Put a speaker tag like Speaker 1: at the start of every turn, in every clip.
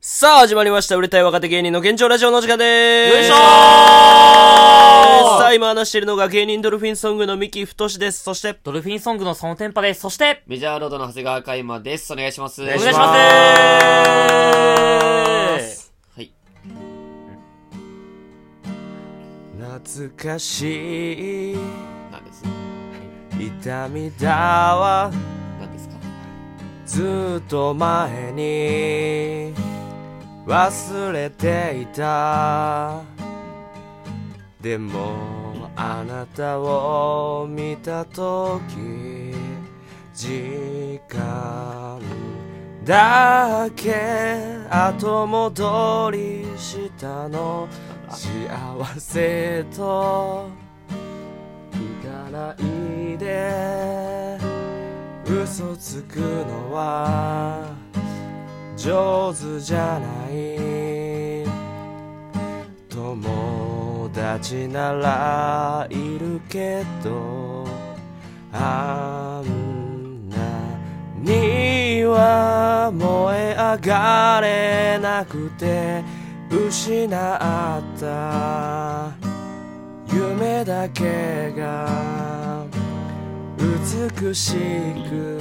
Speaker 1: さあ、始まりました。売れたい若手芸人の現状ラジオのお時間でーす。
Speaker 2: よいしょー
Speaker 1: さあ、今話しているのが芸人ドルフィンソングの三木太志です。そして、
Speaker 2: ドルフィンソングのそのテンパです。そして、
Speaker 3: メジャーロードの長谷川海馬です。お願いします。お願
Speaker 2: お
Speaker 1: い
Speaker 2: 願
Speaker 1: し
Speaker 2: い
Speaker 1: ま
Speaker 2: し
Speaker 1: す
Speaker 2: ます。
Speaker 3: はい。
Speaker 1: 懐かしい
Speaker 3: なんです。
Speaker 1: 痛みだわ。
Speaker 3: なんですか
Speaker 1: ずっと前に忘れていたでもあなたを見た時時間だけ後戻りしたの幸せと行かないで嘘つくのは上手じゃない友達ならいるけどあんなには燃え上がれなくて失った夢だけが美しく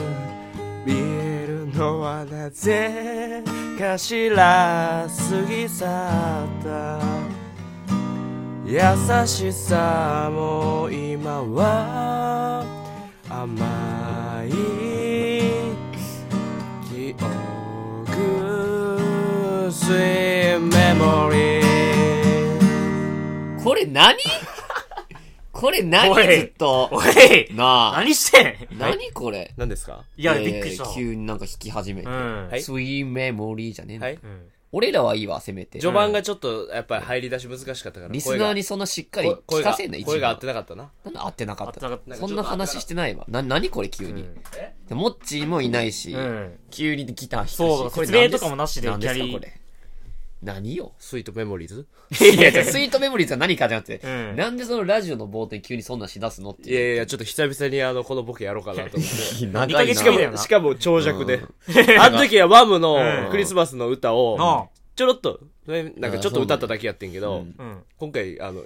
Speaker 1: 見えるのはなぜかしら過ぎ去った優しさも今は甘い記憶 Sweet memory
Speaker 3: これ 何これ何
Speaker 2: おい
Speaker 3: ずっと。
Speaker 2: おい
Speaker 3: なあ。
Speaker 2: 何してん
Speaker 3: 何これ
Speaker 1: 何ですか
Speaker 2: いや、
Speaker 3: ねえ
Speaker 2: びっくりした。
Speaker 3: 急になんか弾き始めて
Speaker 2: う。ん。
Speaker 1: はい
Speaker 3: スイーメモリーじゃねえの
Speaker 1: はい
Speaker 2: うん
Speaker 3: 俺らはいいわ、せめて。
Speaker 1: 序盤がちょっとやっぱり入り出し難しかったから
Speaker 3: リスナーにそんなしっかり聞かせんな、
Speaker 1: 声が声が合って
Speaker 3: な
Speaker 1: なかったな
Speaker 3: なんで合ってなかっ
Speaker 2: 合ってなか
Speaker 3: た。
Speaker 2: った
Speaker 3: そんな話してないわ。な、何これ急に。でモッチーもいないし
Speaker 2: うん、
Speaker 3: 急にギター弾くし。
Speaker 2: そう
Speaker 3: これ
Speaker 2: 説明
Speaker 3: 何す
Speaker 2: とかもなしで
Speaker 3: 何です
Speaker 2: い
Speaker 3: か、
Speaker 2: きな
Speaker 3: こ
Speaker 2: り
Speaker 3: れ。何よ。
Speaker 1: スイートメモリーズ
Speaker 3: いや、じゃあスイートメモリーズは何かじゃなくて、
Speaker 2: うん
Speaker 3: なんでそのラジオの冒頭に急にそんなんしだすのっ て
Speaker 1: いや
Speaker 3: いう。
Speaker 1: いや、ちょっと久々にあの、このボケやろうかなと思って。
Speaker 3: 長 い
Speaker 2: 二ヶ
Speaker 3: な
Speaker 2: 月間だよな
Speaker 1: しかも長尺で。 あの時はワムのクリスマスの歌を
Speaker 2: な、
Speaker 1: ちょろっと、なんかちょっと歌っただけやってんけど、
Speaker 2: あ。うん。
Speaker 1: 今回、あの、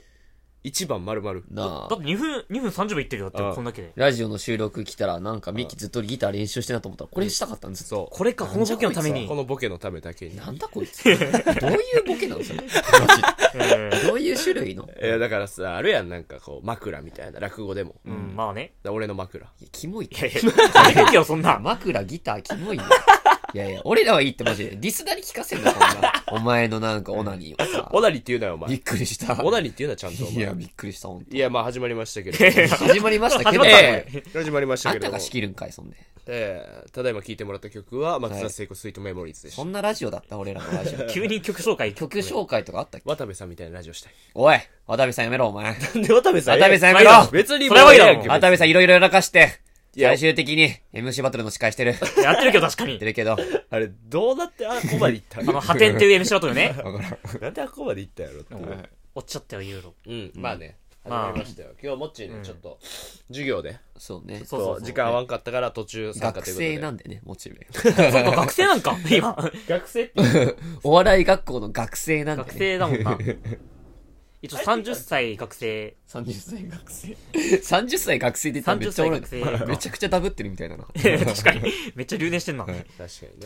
Speaker 1: 1番丸々。
Speaker 3: な
Speaker 2: だ
Speaker 3: あ
Speaker 2: って2分、2分30秒いってるよ、だ
Speaker 1: あ
Speaker 2: っ
Speaker 1: あ
Speaker 2: て、こんだけで。
Speaker 3: ラジオの収録来たら、なんかミキずっとギター練習してなと思ったら、これしたかったんですよ。
Speaker 1: そ
Speaker 2: これか、このボケのために
Speaker 1: う。こ。のボケのためだけに。
Speaker 3: なんだこいつ。どういうボケなのそれ。マ
Speaker 2: うん
Speaker 3: ジでどういう種類の
Speaker 1: えーだからさ、あるやん、なんかこう、枕みたいな、落語でも。
Speaker 2: うん、まあね。
Speaker 1: だ俺の枕。
Speaker 3: いや、キモいって。
Speaker 2: いやいや、やめてよ、そん な。
Speaker 3: 枕、ギター、キモいよ。いやいや、俺らはいいってマジで。ディスダに聞かせんな、そんな。お前のなんかオナニーをさ。
Speaker 1: オナニって言うなよ、お
Speaker 3: び
Speaker 1: 前。
Speaker 3: っくりした。
Speaker 1: オナニって言うな、ちゃんと。お
Speaker 3: い
Speaker 1: 前
Speaker 3: や、びっくりした、ほんと
Speaker 1: いや、まあ始まりましたけど。
Speaker 3: 始まりましたけ
Speaker 2: 始
Speaker 3: ど
Speaker 2: まっ、たね
Speaker 3: ええ
Speaker 1: ええ始まりました
Speaker 3: あ
Speaker 1: け
Speaker 3: ん
Speaker 1: ども。
Speaker 3: たが仕切るんかい、そんで。
Speaker 1: えーただいま聴いてもらった曲は、松田聖子スイートメモリーズでした
Speaker 3: そ。んなラジオだった俺らのラジ オ。
Speaker 2: 急に曲紹介。
Speaker 3: 曲紹介とかあったっけ
Speaker 1: 渡部さんみたいなラジオしたい。
Speaker 3: おい渡部さんやめ ろ、お
Speaker 1: な
Speaker 3: 前。
Speaker 1: んで渡部さん
Speaker 3: 渡部さんや
Speaker 2: ま
Speaker 3: め
Speaker 2: あいい
Speaker 3: ろ
Speaker 2: だろ
Speaker 1: 別に
Speaker 2: それはいいだろ
Speaker 1: もうええやん
Speaker 3: 渡部さんいろいろやらかして、
Speaker 1: いや
Speaker 3: 最終的に MC バトルの司会してる。し
Speaker 2: やってるけど、確か に
Speaker 3: て。るけど。
Speaker 1: あれ、どうなってあここまで行った
Speaker 2: あ
Speaker 1: の
Speaker 2: の、破天っていう MC バトルね。
Speaker 1: なんであここまで行ったんやろっていう。
Speaker 2: 落ちちゃったよ、いろいろ。
Speaker 1: うん、まあね。始
Speaker 2: まあ
Speaker 1: まりましたよ。今日、もっちーね、ちょっと、授業で、
Speaker 3: そうね。
Speaker 2: そうそうそう
Speaker 1: 時間合わんかったから途中参加
Speaker 3: 学
Speaker 1: というこ
Speaker 3: 生な
Speaker 1: とで。
Speaker 3: んでね、モチベ。
Speaker 2: あ学生なんか今。学生って。
Speaker 3: お笑い学校の学生なんで
Speaker 2: 学
Speaker 3: ね。
Speaker 2: 生だもんな。一応30歳学生。
Speaker 3: 30歳学生。30歳学生で言ったらめっちゃおる
Speaker 2: 30歳学生
Speaker 3: めちゃくちゃダブってるみたいだな。
Speaker 2: 確かに。めっちゃ留年してんな。
Speaker 1: 確か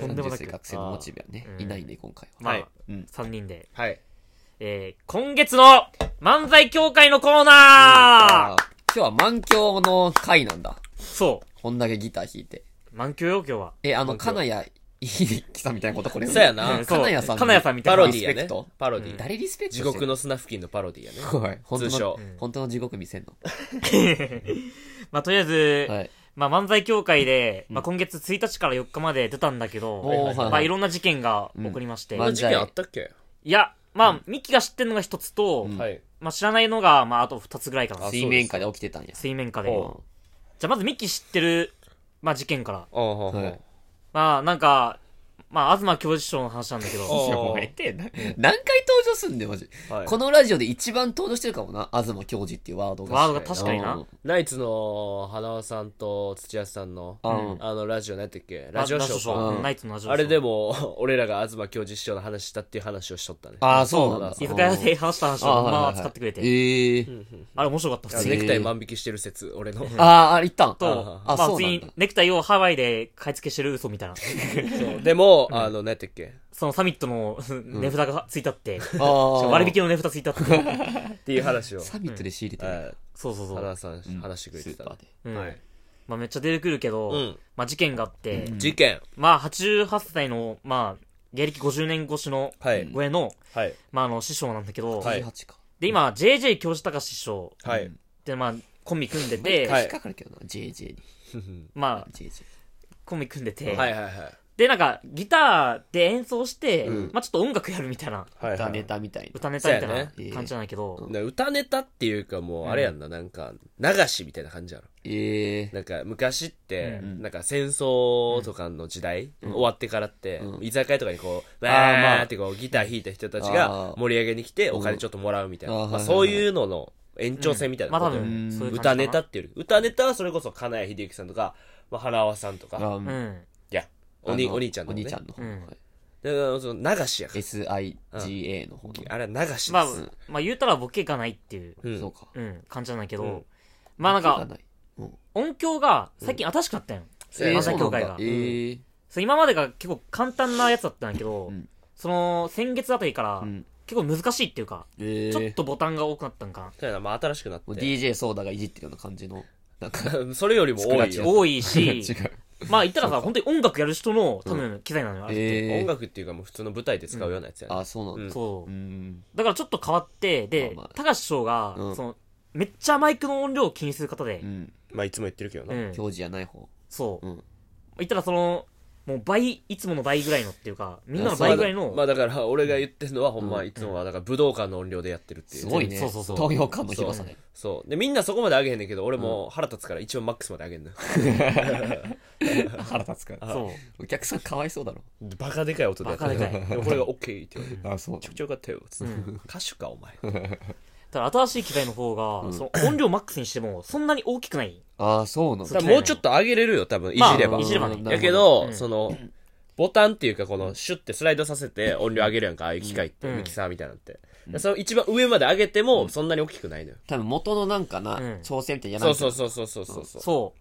Speaker 1: にね。
Speaker 2: ん でもな
Speaker 3: 30
Speaker 2: く
Speaker 3: 歳学生のモチベはね
Speaker 2: う、ん
Speaker 3: いないんで今回は。
Speaker 2: ま
Speaker 1: はい
Speaker 2: あ、
Speaker 3: うん
Speaker 2: 3人で。
Speaker 1: はい。
Speaker 2: えー、今月の漫才協会のコーナ
Speaker 3: 今
Speaker 2: ー
Speaker 3: 日は満響の回なんだ。
Speaker 2: そ
Speaker 3: こんだけギター弾いて。
Speaker 2: う。満響要求は。
Speaker 3: え、あの、金谷秀樹さんみたいなことこれ。
Speaker 1: そうや
Speaker 2: う
Speaker 1: な。
Speaker 2: そう
Speaker 3: 金谷さん。
Speaker 2: 金谷さんみた
Speaker 1: パ
Speaker 2: いな
Speaker 1: ロ
Speaker 3: リ
Speaker 1: ディや
Speaker 3: リスペ
Speaker 1: ね
Speaker 3: クト。
Speaker 1: パロディ。
Speaker 3: 誰リスペクト
Speaker 1: 地
Speaker 3: してる
Speaker 1: 獄の砂付近のパロディやね。
Speaker 3: はい。本当
Speaker 1: 通
Speaker 3: の
Speaker 1: 称、
Speaker 3: 本当の地獄見せんの。
Speaker 2: まあ、とりあえず、
Speaker 3: はい。
Speaker 2: まあ、漫才協会で、まあ、今月1日から4日まで出たんだけど、
Speaker 3: おーはい
Speaker 2: まあ、いろんな事件が起こりまして。
Speaker 3: うん漫
Speaker 1: 事件あったっけ
Speaker 2: いや、まあ、ミキが知ってるのが一つと、
Speaker 1: はい。
Speaker 2: まあ、知らないのが、まあ、あと2つぐらいかな。
Speaker 3: 水面下で起きてたんや。
Speaker 2: 水面下で。
Speaker 3: うん
Speaker 2: じゃあ、まずミキ知ってる、まあ、事件から。
Speaker 1: ああ、は
Speaker 3: は
Speaker 1: はいい。
Speaker 2: まあ、なんか、まあ、東教授賞の話なんだけど、
Speaker 1: お
Speaker 3: いや、もうええってな。何回登場すんだよ、マジ。
Speaker 1: はい
Speaker 3: このラジオで一番登場してるかもな、東教授っていうワードが。
Speaker 2: ワードが確かにな。
Speaker 1: ナイツの花輪さんと土屋さんの、
Speaker 3: うん。うん
Speaker 1: あの、ラジオ何やったっけラジオショーか
Speaker 3: ョーうん
Speaker 2: ナイツのラジオショー。
Speaker 1: あれでも、 俺らが東教授師匠の話したっていう話をしとったね。
Speaker 3: あーそうなんだ
Speaker 2: 居酒屋で話した話を
Speaker 3: あ、
Speaker 2: まあまあ使ってくれて。
Speaker 3: ええ
Speaker 1: うんうん
Speaker 2: あれ面白かった、普
Speaker 1: あの
Speaker 2: 通
Speaker 1: ネ
Speaker 2: に。
Speaker 1: クタイ万引きしてる説、俺の。
Speaker 3: あーあ、行ったん。
Speaker 2: と、
Speaker 3: あ、
Speaker 2: まあ
Speaker 3: そう
Speaker 2: 普通
Speaker 3: なんだ
Speaker 2: に。ネクタイをハワイで買い付けしてる嘘みたいな。
Speaker 1: そうでも、あの、何やったっけ
Speaker 2: そのサミットの値札がつい たって。
Speaker 3: あー
Speaker 2: 割引の値札ついたって。
Speaker 1: っていう話 を、
Speaker 3: サミットで仕入れて
Speaker 1: はい
Speaker 2: そうそうそ
Speaker 1: 花輪
Speaker 2: う。
Speaker 1: さん
Speaker 3: うん
Speaker 1: 話してくれてた
Speaker 3: スーパ
Speaker 1: ね
Speaker 3: ーで。
Speaker 2: うん
Speaker 1: はい
Speaker 2: まあめっちゃ出てくるけど、
Speaker 1: うん
Speaker 2: まあ事件があって、
Speaker 1: 事件。
Speaker 2: まあ88歳の、まあ、芸歴50年越しの
Speaker 1: はい。
Speaker 2: 上の、
Speaker 1: はい。
Speaker 2: まああの師匠なんだけど、
Speaker 1: はい
Speaker 3: 18か。
Speaker 2: で今、JJ 教授隆師匠っ
Speaker 1: はい。
Speaker 2: てまあコンビ組んで
Speaker 3: 毎
Speaker 2: て、
Speaker 1: は
Speaker 3: 回
Speaker 1: い
Speaker 3: 引っかかるけどな、JJ に。
Speaker 2: まあ
Speaker 3: JJ。
Speaker 2: コンビ組んでて、
Speaker 1: はいはいはい。
Speaker 2: でなんかギターで演奏して、
Speaker 1: うん
Speaker 2: まあちょっと音楽やるみたいな
Speaker 1: はい
Speaker 3: 歌
Speaker 1: は
Speaker 3: ネ
Speaker 1: い
Speaker 3: タみたいな。
Speaker 2: 歌ネタみた
Speaker 1: そ
Speaker 2: い
Speaker 1: うや
Speaker 2: な
Speaker 1: ね
Speaker 3: ええ
Speaker 2: 感じなんだけど、
Speaker 3: うん
Speaker 1: で歌ネタっていうかもうあれやんな、なんか流しみたいな感じやろ
Speaker 3: ええ。
Speaker 1: なんか昔って、
Speaker 3: うん
Speaker 1: なんか戦争とかの時代、
Speaker 3: ん
Speaker 1: 終わってからって、
Speaker 3: うん
Speaker 1: 居酒屋とかにこう
Speaker 3: あー
Speaker 1: わー
Speaker 3: まあ
Speaker 1: ってこうギター弾いた人たち
Speaker 3: あ
Speaker 1: が
Speaker 3: ー
Speaker 1: 盛り上げに来てお金ちょっともらうみたいな、
Speaker 3: うんあー
Speaker 1: まあ、
Speaker 3: はいはい
Speaker 1: そういうのの延長線みたいな
Speaker 2: まあ
Speaker 1: こ
Speaker 2: 多
Speaker 1: とやん
Speaker 2: 分そういう
Speaker 1: 歌
Speaker 2: 感じ
Speaker 1: ネ
Speaker 2: か
Speaker 1: タ
Speaker 2: な
Speaker 1: っていうより歌ネタはそれこそ金谷秀幸さんとか、まあ、花輪さんとか、
Speaker 3: あうん
Speaker 2: うん
Speaker 1: いやお
Speaker 3: あ
Speaker 1: に
Speaker 3: の
Speaker 1: お兄ちゃん
Speaker 3: お
Speaker 1: の、ね、
Speaker 3: 兄ちゃんの方。
Speaker 2: うん
Speaker 3: はい
Speaker 1: だからその流しやから
Speaker 3: SIGA の方の。
Speaker 1: あれは流しです、
Speaker 2: まあ、まあ言うたらボケがないっていう、
Speaker 1: うん
Speaker 3: そうか。
Speaker 2: うん、感じなんだけど、
Speaker 1: うん
Speaker 2: まあなん
Speaker 3: 聞
Speaker 2: か
Speaker 3: いたない。うん
Speaker 2: 音響が最近新しくなったんよ、
Speaker 1: そうやな
Speaker 2: 漫才協会が
Speaker 3: えー
Speaker 2: そう今までが結構簡単なやつだったんだけど、
Speaker 3: うん
Speaker 2: その先月あたりから、
Speaker 3: そうなんだ
Speaker 2: 結構難しいっていうか、
Speaker 3: えーえー
Speaker 2: ちょっとボタンが多くなったんかな
Speaker 1: そうやなまあ新しくなっ
Speaker 3: もう
Speaker 1: て
Speaker 3: DJ ソーダがいじってるような感じの。なんか、
Speaker 1: それよりも多い
Speaker 3: スクラッチ
Speaker 1: よ
Speaker 2: 多 い
Speaker 3: 違
Speaker 2: し、
Speaker 3: う。
Speaker 2: まあ言ったらさ、本当に音楽やる人の多分機材なのよ、あれって。
Speaker 3: え
Speaker 1: 音
Speaker 3: ー
Speaker 1: 楽っていうかもう普通の舞台で使うようなやつやな、
Speaker 3: あ、そうなんだ。
Speaker 2: そうう。
Speaker 3: ん。
Speaker 2: だからちょっと変わって、で
Speaker 3: まあまあ、
Speaker 2: 高橋師匠が
Speaker 3: う、ん
Speaker 2: その、めっちゃマイクの音量を気にする方で
Speaker 3: う、ん。
Speaker 1: まあいつも言ってるけどな、
Speaker 2: うん
Speaker 3: 教授じゃない方。
Speaker 2: そう。
Speaker 3: うん
Speaker 2: 言ったらその、もう倍、いつもの倍ぐらいのっていうか、みんなの
Speaker 1: まあ
Speaker 2: 倍ぐらいの
Speaker 1: ま、あだから俺が言ってるのはほんまいつもはだから武道館の音量でやってるっていう
Speaker 3: すごいね。
Speaker 2: そうそうそう
Speaker 3: 東洋館の広さね。
Speaker 1: そうでみんなそこまで上げへんねんけど俺も腹立つから一番マックスまで上げんのよ
Speaker 3: 腹立つか
Speaker 2: そう。
Speaker 3: お客さんかわいそうだろ。
Speaker 1: バカでかい音でやってる
Speaker 2: バカでかい
Speaker 1: でもこれが OK って言われてめ
Speaker 3: あ、そう
Speaker 1: ちゃくちゃよかったよつって
Speaker 2: うん
Speaker 1: 歌手かお前
Speaker 2: ただ新しい機材の方が、その音量マックスにしても、そんなに大きくない。
Speaker 3: あ、そうなん
Speaker 1: 多
Speaker 3: だ。
Speaker 1: 分もうちょっと上げれるよ多分い
Speaker 2: まあ
Speaker 1: じれば、
Speaker 2: いじればね
Speaker 3: うん
Speaker 1: やけど、
Speaker 2: うん
Speaker 1: そのボタンっていうかこのシュッてスライドさせて音量上げるやんかああいう機械って、
Speaker 2: うん
Speaker 1: ミキサーみたいなのって、でその一番上まで上げてもそんなに大きくないのよ、
Speaker 3: 多分元のなんかな
Speaker 2: うん、
Speaker 3: 挑戦みたいなや
Speaker 1: そう
Speaker 3: つ
Speaker 1: そうそうそうそうそうそう
Speaker 2: そう。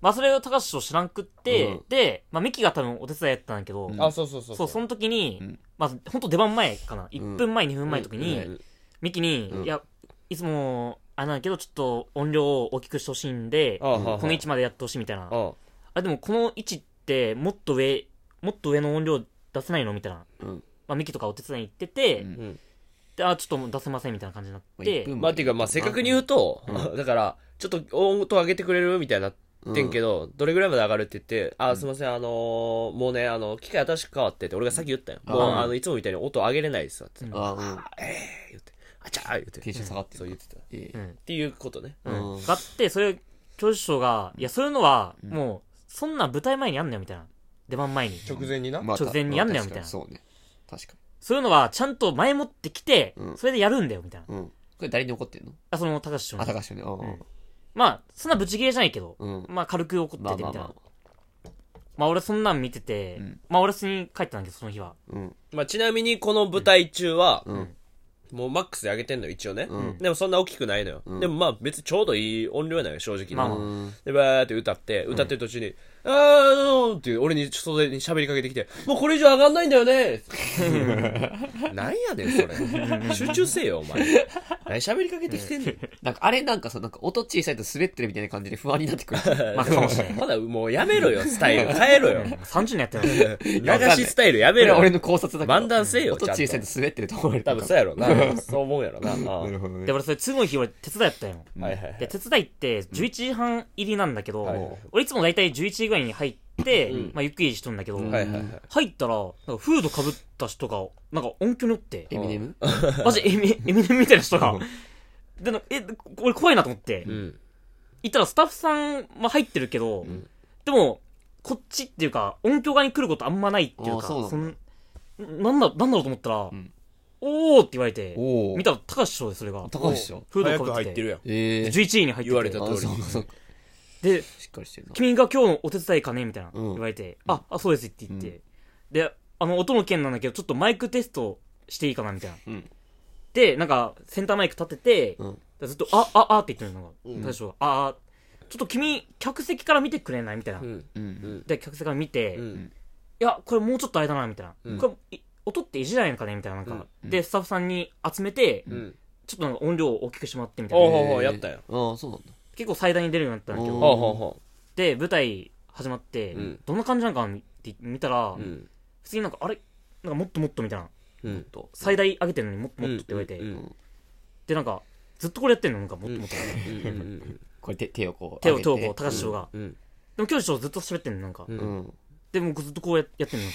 Speaker 2: まあそれを高橋師匠知らんくっ
Speaker 3: う
Speaker 2: て
Speaker 3: ん、
Speaker 2: で、まあミキが多分お手伝いやったんだけど、
Speaker 3: ん
Speaker 1: あそうそうそう
Speaker 2: そう、その時に、
Speaker 3: うん
Speaker 2: まあ、ほんと出番前かな。1分前、2分前の時に、
Speaker 1: うん
Speaker 2: ミキに、
Speaker 3: うん
Speaker 2: いや、いつも、あれなんだけど、ちょっと音量を大きくしてほしいんで、こ
Speaker 1: あはあ
Speaker 2: の位置までやってほしいみたいな。
Speaker 1: あ
Speaker 2: あ、でもこの位置って、もっと上、もっと上の音量出せないのみたいな。
Speaker 3: うん
Speaker 2: まあ、ミキとかお手伝いに行ってて、
Speaker 3: うん
Speaker 1: うん
Speaker 2: であ、ちょっともう出せませんみたいな感じになって、
Speaker 1: まあっていうかまあ正確に言うと、 だからちょっと音音上げてくれるみたいになってんけど、どれぐらいまで上がるって言って「あすいませんあのーもうねあの機械新しく変わって」って俺が先言ったよ「もう
Speaker 3: あ
Speaker 1: あのいつもみたいに音上げれないですわ」って言って
Speaker 3: あ、うん。
Speaker 1: 「言ってあちゃー」言って
Speaker 3: テンション下がって
Speaker 1: そう言
Speaker 3: るの
Speaker 1: っ
Speaker 3: か。
Speaker 1: てたっ
Speaker 3: ええ
Speaker 2: うん。
Speaker 1: ていうことね
Speaker 2: うん。
Speaker 3: うん
Speaker 2: があって、それ、教授賞が、いや、そういうのは、もう、そんな舞台前にやんなよみたいな。出番前に。
Speaker 1: 直前にな
Speaker 3: まあ
Speaker 2: 直前にやんなよみたい
Speaker 3: まあ
Speaker 2: な
Speaker 3: 確かにそうね。確か
Speaker 2: そういうのは、ちゃんと前もってきて、
Speaker 3: うん
Speaker 2: それでやるんだよみたいな。
Speaker 3: に。うん。これ誰に怒ってんの
Speaker 2: あ、その、高橋師匠に
Speaker 3: あ、高橋ね。うん
Speaker 2: んまあ、そんなブチギレじゃないけど、
Speaker 3: うん。
Speaker 2: まあ軽く怒っててみ
Speaker 3: ま
Speaker 2: た
Speaker 3: あ
Speaker 2: い
Speaker 3: まあ
Speaker 2: な。まあ、
Speaker 3: まあ。
Speaker 2: 俺そんなん見てて、
Speaker 3: うん
Speaker 2: まあ俺普通に帰ったんだけど、その日は。
Speaker 3: うん。
Speaker 1: まあちなみにこの舞台中は、
Speaker 3: ん
Speaker 1: もうマックスで上げてんのよ一応ね、
Speaker 3: うん
Speaker 1: でもそんな大きくないのよ、
Speaker 3: ん
Speaker 1: でもまあ別にちょうどいい音量なのよ正直に、
Speaker 2: まあまあ
Speaker 3: うん。
Speaker 1: で、バーって歌って、歌ってる途中に、あーのーって俺に袖に喋りかけてきて、もうこれ以上上がんないんだよね なんやねん、それ。集中せえよ、お前。何喋りかけてきてんねん。
Speaker 3: なんか、あれなんかさ、なんか音小さいと滑ってるみたいな感じで不安になってくる。
Speaker 2: まあかもしれない。
Speaker 1: まだもうやめろよ、スタイル。変えろよ。
Speaker 2: 30年やってます。
Speaker 3: わかん
Speaker 1: 流
Speaker 3: ない
Speaker 1: しスタイルや
Speaker 3: そ
Speaker 1: め
Speaker 3: れは
Speaker 1: ろ
Speaker 3: 俺
Speaker 1: よ。
Speaker 3: の考察だけど。
Speaker 1: 漫談せえよ、
Speaker 3: 音
Speaker 1: ちゃん
Speaker 3: 小
Speaker 1: と
Speaker 3: さい。と滑ってると思われる。
Speaker 1: 多分そうやろな。そう思うやろな。ああは
Speaker 3: ないるほどね。
Speaker 2: で、俺それ次の日俺手伝いやったんよ。
Speaker 1: はいはい。
Speaker 2: で、手伝いって11時半入りなんだけど、
Speaker 1: はいはいはい
Speaker 2: 俺いつも大体11時ぐらいに入って、
Speaker 1: うん
Speaker 2: まあゆっくりしとんだけど、
Speaker 3: うん
Speaker 1: はいはいはい。
Speaker 2: 入ったら、なんかフードかぶった人が、なんか音響におって、
Speaker 3: エミネム
Speaker 2: マジエミエミネムみたいな人が
Speaker 3: うん、
Speaker 2: で、なんかえ、俺怖いなと思って、
Speaker 1: うん。
Speaker 2: 行ったらスタッフさんも入ってるけど、
Speaker 1: ん
Speaker 2: でも、こっちっていうか、音響側に来ることあんまないっていう
Speaker 3: あー
Speaker 2: か、
Speaker 3: そうなんだ
Speaker 2: んなんだ、なんだろうと思ったら、
Speaker 3: ん
Speaker 2: おーって言われて、
Speaker 3: おー
Speaker 2: 見たら高橋師匠で、それが。
Speaker 3: 高橋師匠
Speaker 2: フード
Speaker 1: 早
Speaker 2: かぶ
Speaker 1: く
Speaker 2: っ
Speaker 1: 入
Speaker 2: て
Speaker 1: ってるやん。
Speaker 3: ええー。
Speaker 2: 11位に入ってて
Speaker 1: 言われた
Speaker 3: あ、
Speaker 1: 通り
Speaker 3: そうかそうか。
Speaker 2: で、
Speaker 3: しっかりしてるな。
Speaker 2: 君が今日のお手伝いかねみたいな、
Speaker 3: うん
Speaker 2: 言われて、あ、あ、そうですって言って、で、あの、音の件なんだけど、ちょっとマイクテストしていいかなみたいな。
Speaker 3: うん
Speaker 2: で、なんか、センターマイク立てて、
Speaker 3: うん
Speaker 2: ずっと、あ、あ、あって言ってるのが、大将が、あ、あ、ちょっと君、客席から見てくれないみたいな。
Speaker 1: うん。
Speaker 3: うん。
Speaker 2: で、客席から見て、
Speaker 1: う
Speaker 2: い
Speaker 1: ん。
Speaker 2: や、これもうちょっと間だな、みたいな。
Speaker 1: うん
Speaker 2: これ、い音っていじらないのかねみたいな、なんか、
Speaker 3: うん
Speaker 2: で、スタッフさんに集めて、
Speaker 1: うん。
Speaker 2: ちょっとなんか音量を大きくしてもらって、みたい
Speaker 1: お
Speaker 2: な
Speaker 1: う。ほうほうやったよ
Speaker 3: ああ、そうなんだ。
Speaker 2: 結構最大に出るようになったんだけど
Speaker 3: うん、
Speaker 1: ほうほうほ
Speaker 2: で、舞台始まって、
Speaker 1: うん
Speaker 2: どんな感じなのかって見たら、
Speaker 1: う。うん。
Speaker 2: 普通になんか、あれなんかもっともっとみたいな。
Speaker 1: うん。
Speaker 3: と。
Speaker 2: 最大上げてるのにもっともっとって言われて。
Speaker 1: うん。
Speaker 2: で、なんか、ずっとこれやってんのなんかもっともっと。
Speaker 1: うん。
Speaker 3: これ手、手をこう。
Speaker 2: 手を、
Speaker 3: 上げ
Speaker 2: 手
Speaker 3: て
Speaker 2: をこう、高橋師匠が。
Speaker 1: うん。
Speaker 2: でも、教師匠ずっと喋ってんのなんか。
Speaker 1: う
Speaker 3: うん。
Speaker 2: で、もうずっとこうややってんの。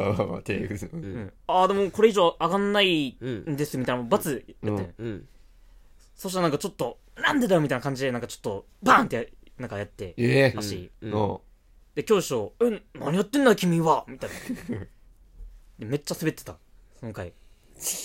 Speaker 3: わわわ、手、う
Speaker 1: う。
Speaker 2: うんん。ああ、でもこれ以上上がんない
Speaker 1: うん
Speaker 2: んです、みたいな。罰やってんの
Speaker 3: うん
Speaker 1: うん。
Speaker 2: そしたらなんかちょっと、なんでだよみたいな感じで、なんかちょっと、バーンってや、なんかやって、
Speaker 3: ええ。
Speaker 2: 足。
Speaker 1: うん。
Speaker 3: うん。
Speaker 2: で、教師匠、え、何やってんだ君はみたいな。でめっちゃ滑ってた。その回。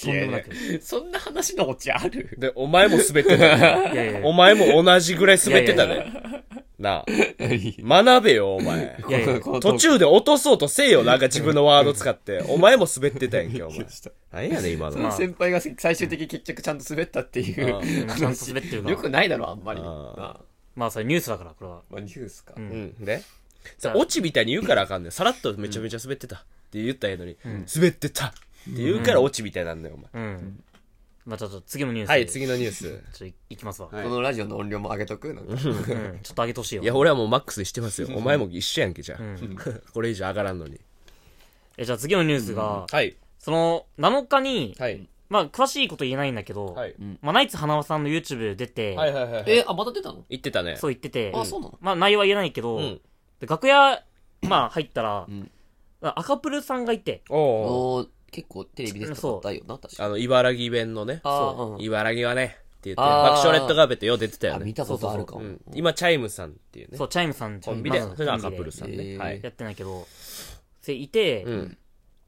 Speaker 2: とんでもなく。い
Speaker 3: そんな話のオチあ る
Speaker 1: で、お前も滑ってた。
Speaker 2: やいやい
Speaker 1: お
Speaker 2: や。
Speaker 1: 前も同じぐらい滑ってたね。なあ。学べよ、お前。
Speaker 2: いやいや
Speaker 1: 途中で落とそうとせえよ、なんか自分のワード使って。お前も滑ってたやんけ、お前。何やねん、今
Speaker 3: そ
Speaker 1: の。
Speaker 3: の先輩が最終的に結局ちゃんと滑ったっていう
Speaker 1: ああ
Speaker 2: うんちゃんと滑ってるから
Speaker 3: よくないだろ、あんまり。
Speaker 1: ああ
Speaker 3: なあ
Speaker 2: まあ、それニュースだから、これは。
Speaker 3: まあ、ニュースか。
Speaker 2: ん
Speaker 1: うん。で、
Speaker 2: さ
Speaker 1: オチみたいに言うからあかんねん。さらっとめちゃめちゃ滑ってたって言ったらええのに、滑ってたって言うからオチみたいなんだよ、お前。
Speaker 2: うん。まあ、ちょっと次のニュース。
Speaker 1: はい、次のニュース。
Speaker 2: ちょっといきますわ。
Speaker 1: い
Speaker 3: このラジオの音量も上げとくなんか。
Speaker 2: うん。ちょっと上げてほしいよ。
Speaker 1: いや、俺はもうマックスにしてますよ。お前も一緒やんけ、じゃあ
Speaker 2: ん。
Speaker 1: これ以上上がらんのに。
Speaker 2: え、じゃあ次のニュースが、
Speaker 1: はい。
Speaker 2: その、7日に、
Speaker 1: はい。
Speaker 2: まあ、詳しいこと言えないんだけど、
Speaker 1: はい。
Speaker 2: まあ、ナイツ花輪さんの YouTube 出て、
Speaker 1: はいはいはい。
Speaker 3: え、あ、また出たの
Speaker 1: 言ってたね。
Speaker 2: そう言ってて、
Speaker 3: あ、そうなの
Speaker 2: まあ、内容は言えないけど、
Speaker 1: うん
Speaker 2: で楽屋、まあ、入ったら、
Speaker 3: ん
Speaker 2: 赤プルさんがいて、
Speaker 1: おうおう
Speaker 3: おー結構テレビ出てたことあったよな、確か
Speaker 1: あの、茨城弁のね。
Speaker 3: あー
Speaker 1: そう
Speaker 3: うん
Speaker 1: 茨城はね。って言って、爆
Speaker 3: あー
Speaker 1: 笑レッドカーペットよう出てたよ
Speaker 3: あ、見
Speaker 1: ね。
Speaker 3: たことあるかも
Speaker 1: う。ん今、チャイムさんっていうね。
Speaker 2: そう、チャイムさん
Speaker 1: コンビで、それが赤プル
Speaker 2: さ
Speaker 1: さん
Speaker 3: えー
Speaker 1: ね。はい。
Speaker 2: やってないけど、で、いて、
Speaker 1: うん。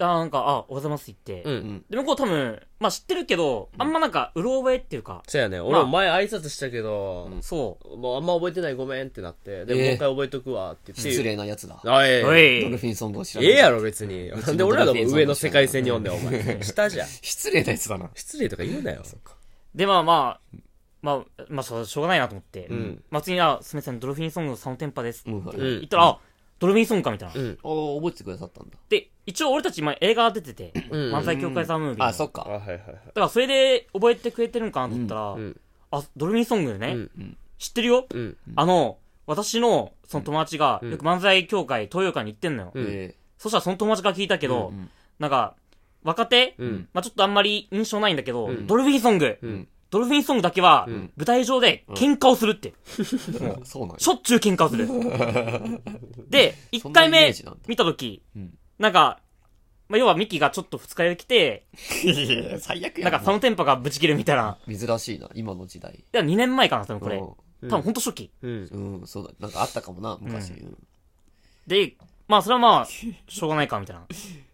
Speaker 2: あなんか、あ、おはようございますって言って、
Speaker 1: うん。
Speaker 2: で、向こう多分、まあ知ってるけど、あんまなんか、うろ覚えっていうか、
Speaker 1: そやね。俺も前挨拶したけど、
Speaker 2: そう。
Speaker 1: もうあんま覚えてないごめんってなって、で、
Speaker 3: えー
Speaker 1: もう一回覚えとくわって言って。
Speaker 3: 失。礼なやつだ。
Speaker 1: あ、え
Speaker 2: お
Speaker 1: え。
Speaker 2: い
Speaker 3: ドルフィンソングを知ら
Speaker 1: え
Speaker 3: ない。
Speaker 1: えやろ、別に。なんで俺らの方が上の世界線におんねん、お前。下じゃん。
Speaker 3: 失礼なやつだな。
Speaker 1: 失礼とか言うなよ。
Speaker 2: で、まあまあ、まあ、まあ、しょうしょうがないなと思って、
Speaker 1: ん
Speaker 2: まあ、次は、すみません、ドルフィンソングのサムテンパです。
Speaker 3: うん、はい。
Speaker 1: うん
Speaker 2: 言ったら、あ、ドルフィンソングかみたいな。
Speaker 1: うん。
Speaker 3: おー覚えてくださったんだ。
Speaker 2: で、一応俺たち今映画出てて、
Speaker 1: うん
Speaker 2: 漫才協会サムービーの。
Speaker 3: あ、そっ
Speaker 1: あ、
Speaker 3: か。
Speaker 1: はいはいはい。
Speaker 2: だからそれで覚えてくれてるんかなと思ったら、
Speaker 1: ん
Speaker 2: あ、ドルフィンソングね、
Speaker 1: うん
Speaker 2: 知ってるよ、
Speaker 1: うん。
Speaker 2: あの、私の、その友達が、よく漫才協会、東洋館に行ってんのよ。
Speaker 1: ん
Speaker 3: え
Speaker 2: そしたらその友達から聞いたけど、
Speaker 3: ん
Speaker 2: なんか、若手、
Speaker 1: ん
Speaker 2: まあちょっとあんまり印象ないんだけど、ドルフィンソング、
Speaker 1: ん
Speaker 2: ドルフィンソングだけは、舞台上で喧嘩をするって。
Speaker 3: ーそうなんや
Speaker 2: しょっちゅう喧嘩をする。 で、
Speaker 3: そ
Speaker 2: 1
Speaker 3: んな
Speaker 2: 回
Speaker 3: イメ
Speaker 2: 目
Speaker 3: ージなんだ
Speaker 2: 見たとき、
Speaker 3: ん
Speaker 2: なんか、まあ、要はミキがちょっと二 日酔いで来て、
Speaker 3: いやいや最悪
Speaker 2: な
Speaker 3: や
Speaker 2: んかそのテンパがブチ切れみたいな。
Speaker 3: 珍しいな、今の時代。
Speaker 2: いや、2年前かな、多分これ。
Speaker 3: う
Speaker 2: 多
Speaker 1: ん
Speaker 2: 分ほんと初期。
Speaker 1: うん。
Speaker 3: んうん、そうだ。なんかあったかもな、昔。うん
Speaker 2: で、まあそれはまあ、しょうがないか、みたいな。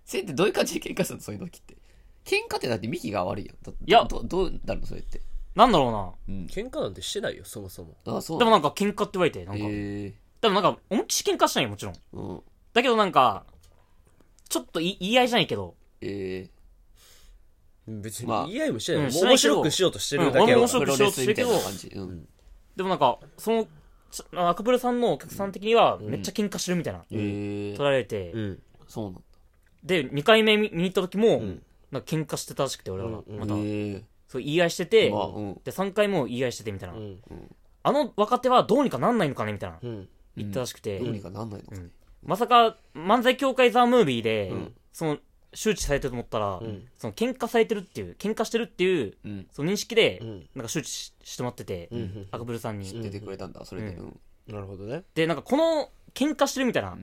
Speaker 3: それってどういう感じで喧嘩するの そういう時って。喧嘩ってだってミキが悪いやん。だ
Speaker 2: いや
Speaker 3: ど、どうなるのそれって。
Speaker 2: なんだろうな。
Speaker 1: 喧嘩なんてしてないよ、そもそも。
Speaker 3: あ、そう
Speaker 2: でも
Speaker 3: な
Speaker 2: なんか喧嘩って言われて、なんか。
Speaker 3: え
Speaker 2: でもなんか、思いっきり喧嘩したんよ、もちろん。
Speaker 3: ー、うん。
Speaker 2: だけどなんか、ちょっとい言い合いじゃないけど、
Speaker 3: え
Speaker 1: 別に
Speaker 3: まあ
Speaker 1: 言い合いもしてない。
Speaker 2: うん
Speaker 1: も
Speaker 2: し
Speaker 1: う
Speaker 2: ない
Speaker 1: 面
Speaker 2: けど
Speaker 1: 白くしようとして
Speaker 2: う
Speaker 1: る
Speaker 2: ん
Speaker 1: だけ
Speaker 2: 俺
Speaker 1: や
Speaker 2: も
Speaker 1: か
Speaker 2: 面
Speaker 1: ら
Speaker 3: ー、
Speaker 2: 白く
Speaker 3: プロレスみたいな感じ。うん。
Speaker 2: でもなんか、その、ちょ赤プルさんのお客さん的には、めっちゃ喧嘩してるみたいな、
Speaker 3: えー
Speaker 2: 取、られて、
Speaker 1: うん。
Speaker 3: そうなんだ。
Speaker 2: で、2回目見見に行った時も、なんか喧嘩してたらしくて、俺らが。また、
Speaker 3: え
Speaker 2: そう言い合いしてて、
Speaker 3: まあうん
Speaker 2: で、3回も言い合いしててみたいな。
Speaker 1: ん
Speaker 2: あの若手はどうにかなんないのかねみたいな、
Speaker 1: うん。
Speaker 2: 言ったらしくて、
Speaker 3: ー、どうにかなんないのかね。
Speaker 2: まさか漫才協会ザ・ムービーで、その周知されてると思ったら、その喧嘩されてるっていう喧嘩してるっていう、
Speaker 3: ん
Speaker 2: その認識で、
Speaker 1: ん
Speaker 2: なんか周知ししてもらってて、アクブルさんに、
Speaker 3: 出てくれたんだ、それで。
Speaker 2: う
Speaker 3: うん。
Speaker 1: なるほどね。
Speaker 2: でなんかこの喧嘩してるみたいな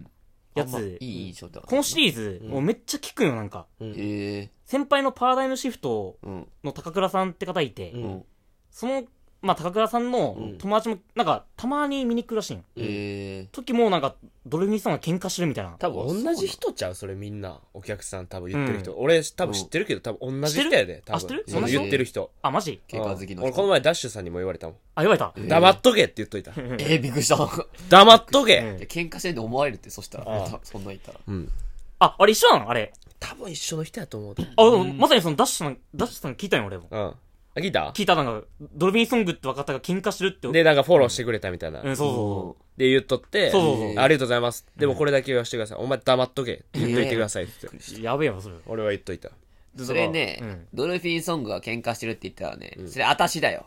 Speaker 2: やつ、
Speaker 3: あんまいい印象だ。
Speaker 2: このシリーズ、もうめっちゃ聞くんよなんか
Speaker 3: え
Speaker 2: 先輩のパラダイムシフト
Speaker 3: ー、うん。
Speaker 2: の高倉さんって方いて、
Speaker 3: ん
Speaker 2: そのまあ、高倉さんの友達も、なんか、たまに見に来るらしいん。
Speaker 3: え
Speaker 2: 時も、なんか、ドルフィンさんが喧嘩してるみたいな。
Speaker 1: 多分同じ人ちゃうそれみんな。お客さん多分言ってる人。俺多分知ってるけど、多分同じ人やで。多分
Speaker 2: 知ってるあ知ってる
Speaker 1: その言ってる人。
Speaker 2: あ、マジ
Speaker 3: 喧嘩好きの人
Speaker 1: うん俺この前ダッシュさんにも言われたもん。
Speaker 2: あ、言われた。
Speaker 1: 黙っとけって言っといた。
Speaker 3: ー、えー、びっくりした。
Speaker 1: 黙っとけ
Speaker 2: ん
Speaker 3: いや 喧嘩してんの思われるって、そしたら、たそんなん言ったら。
Speaker 2: あ、あれ一緒なのあれ。
Speaker 1: 多分一緒の人やと思うで。
Speaker 2: あ、でもまさにそのダッシュさん、ダッシュさん聞いたんよ、俺も。
Speaker 1: うん。あ、聞いた
Speaker 2: 聞いた、なんか、ドルフィンソングって分かったが喧嘩してるって。
Speaker 1: で、なんかフォローしてくれたみたいな。
Speaker 2: うん、そうそ
Speaker 1: で、言っとって、
Speaker 2: そうそうそう
Speaker 1: ありがとうございます。でもこれだけ言わせてください。お前黙っとけって言っといてくださいって言って。
Speaker 2: うそう。やべえわ、それ。
Speaker 1: 俺は言っといた。
Speaker 3: それね、
Speaker 2: うん
Speaker 3: ドルフィンソングが喧嘩してるって言ったらね、それあたしだよ。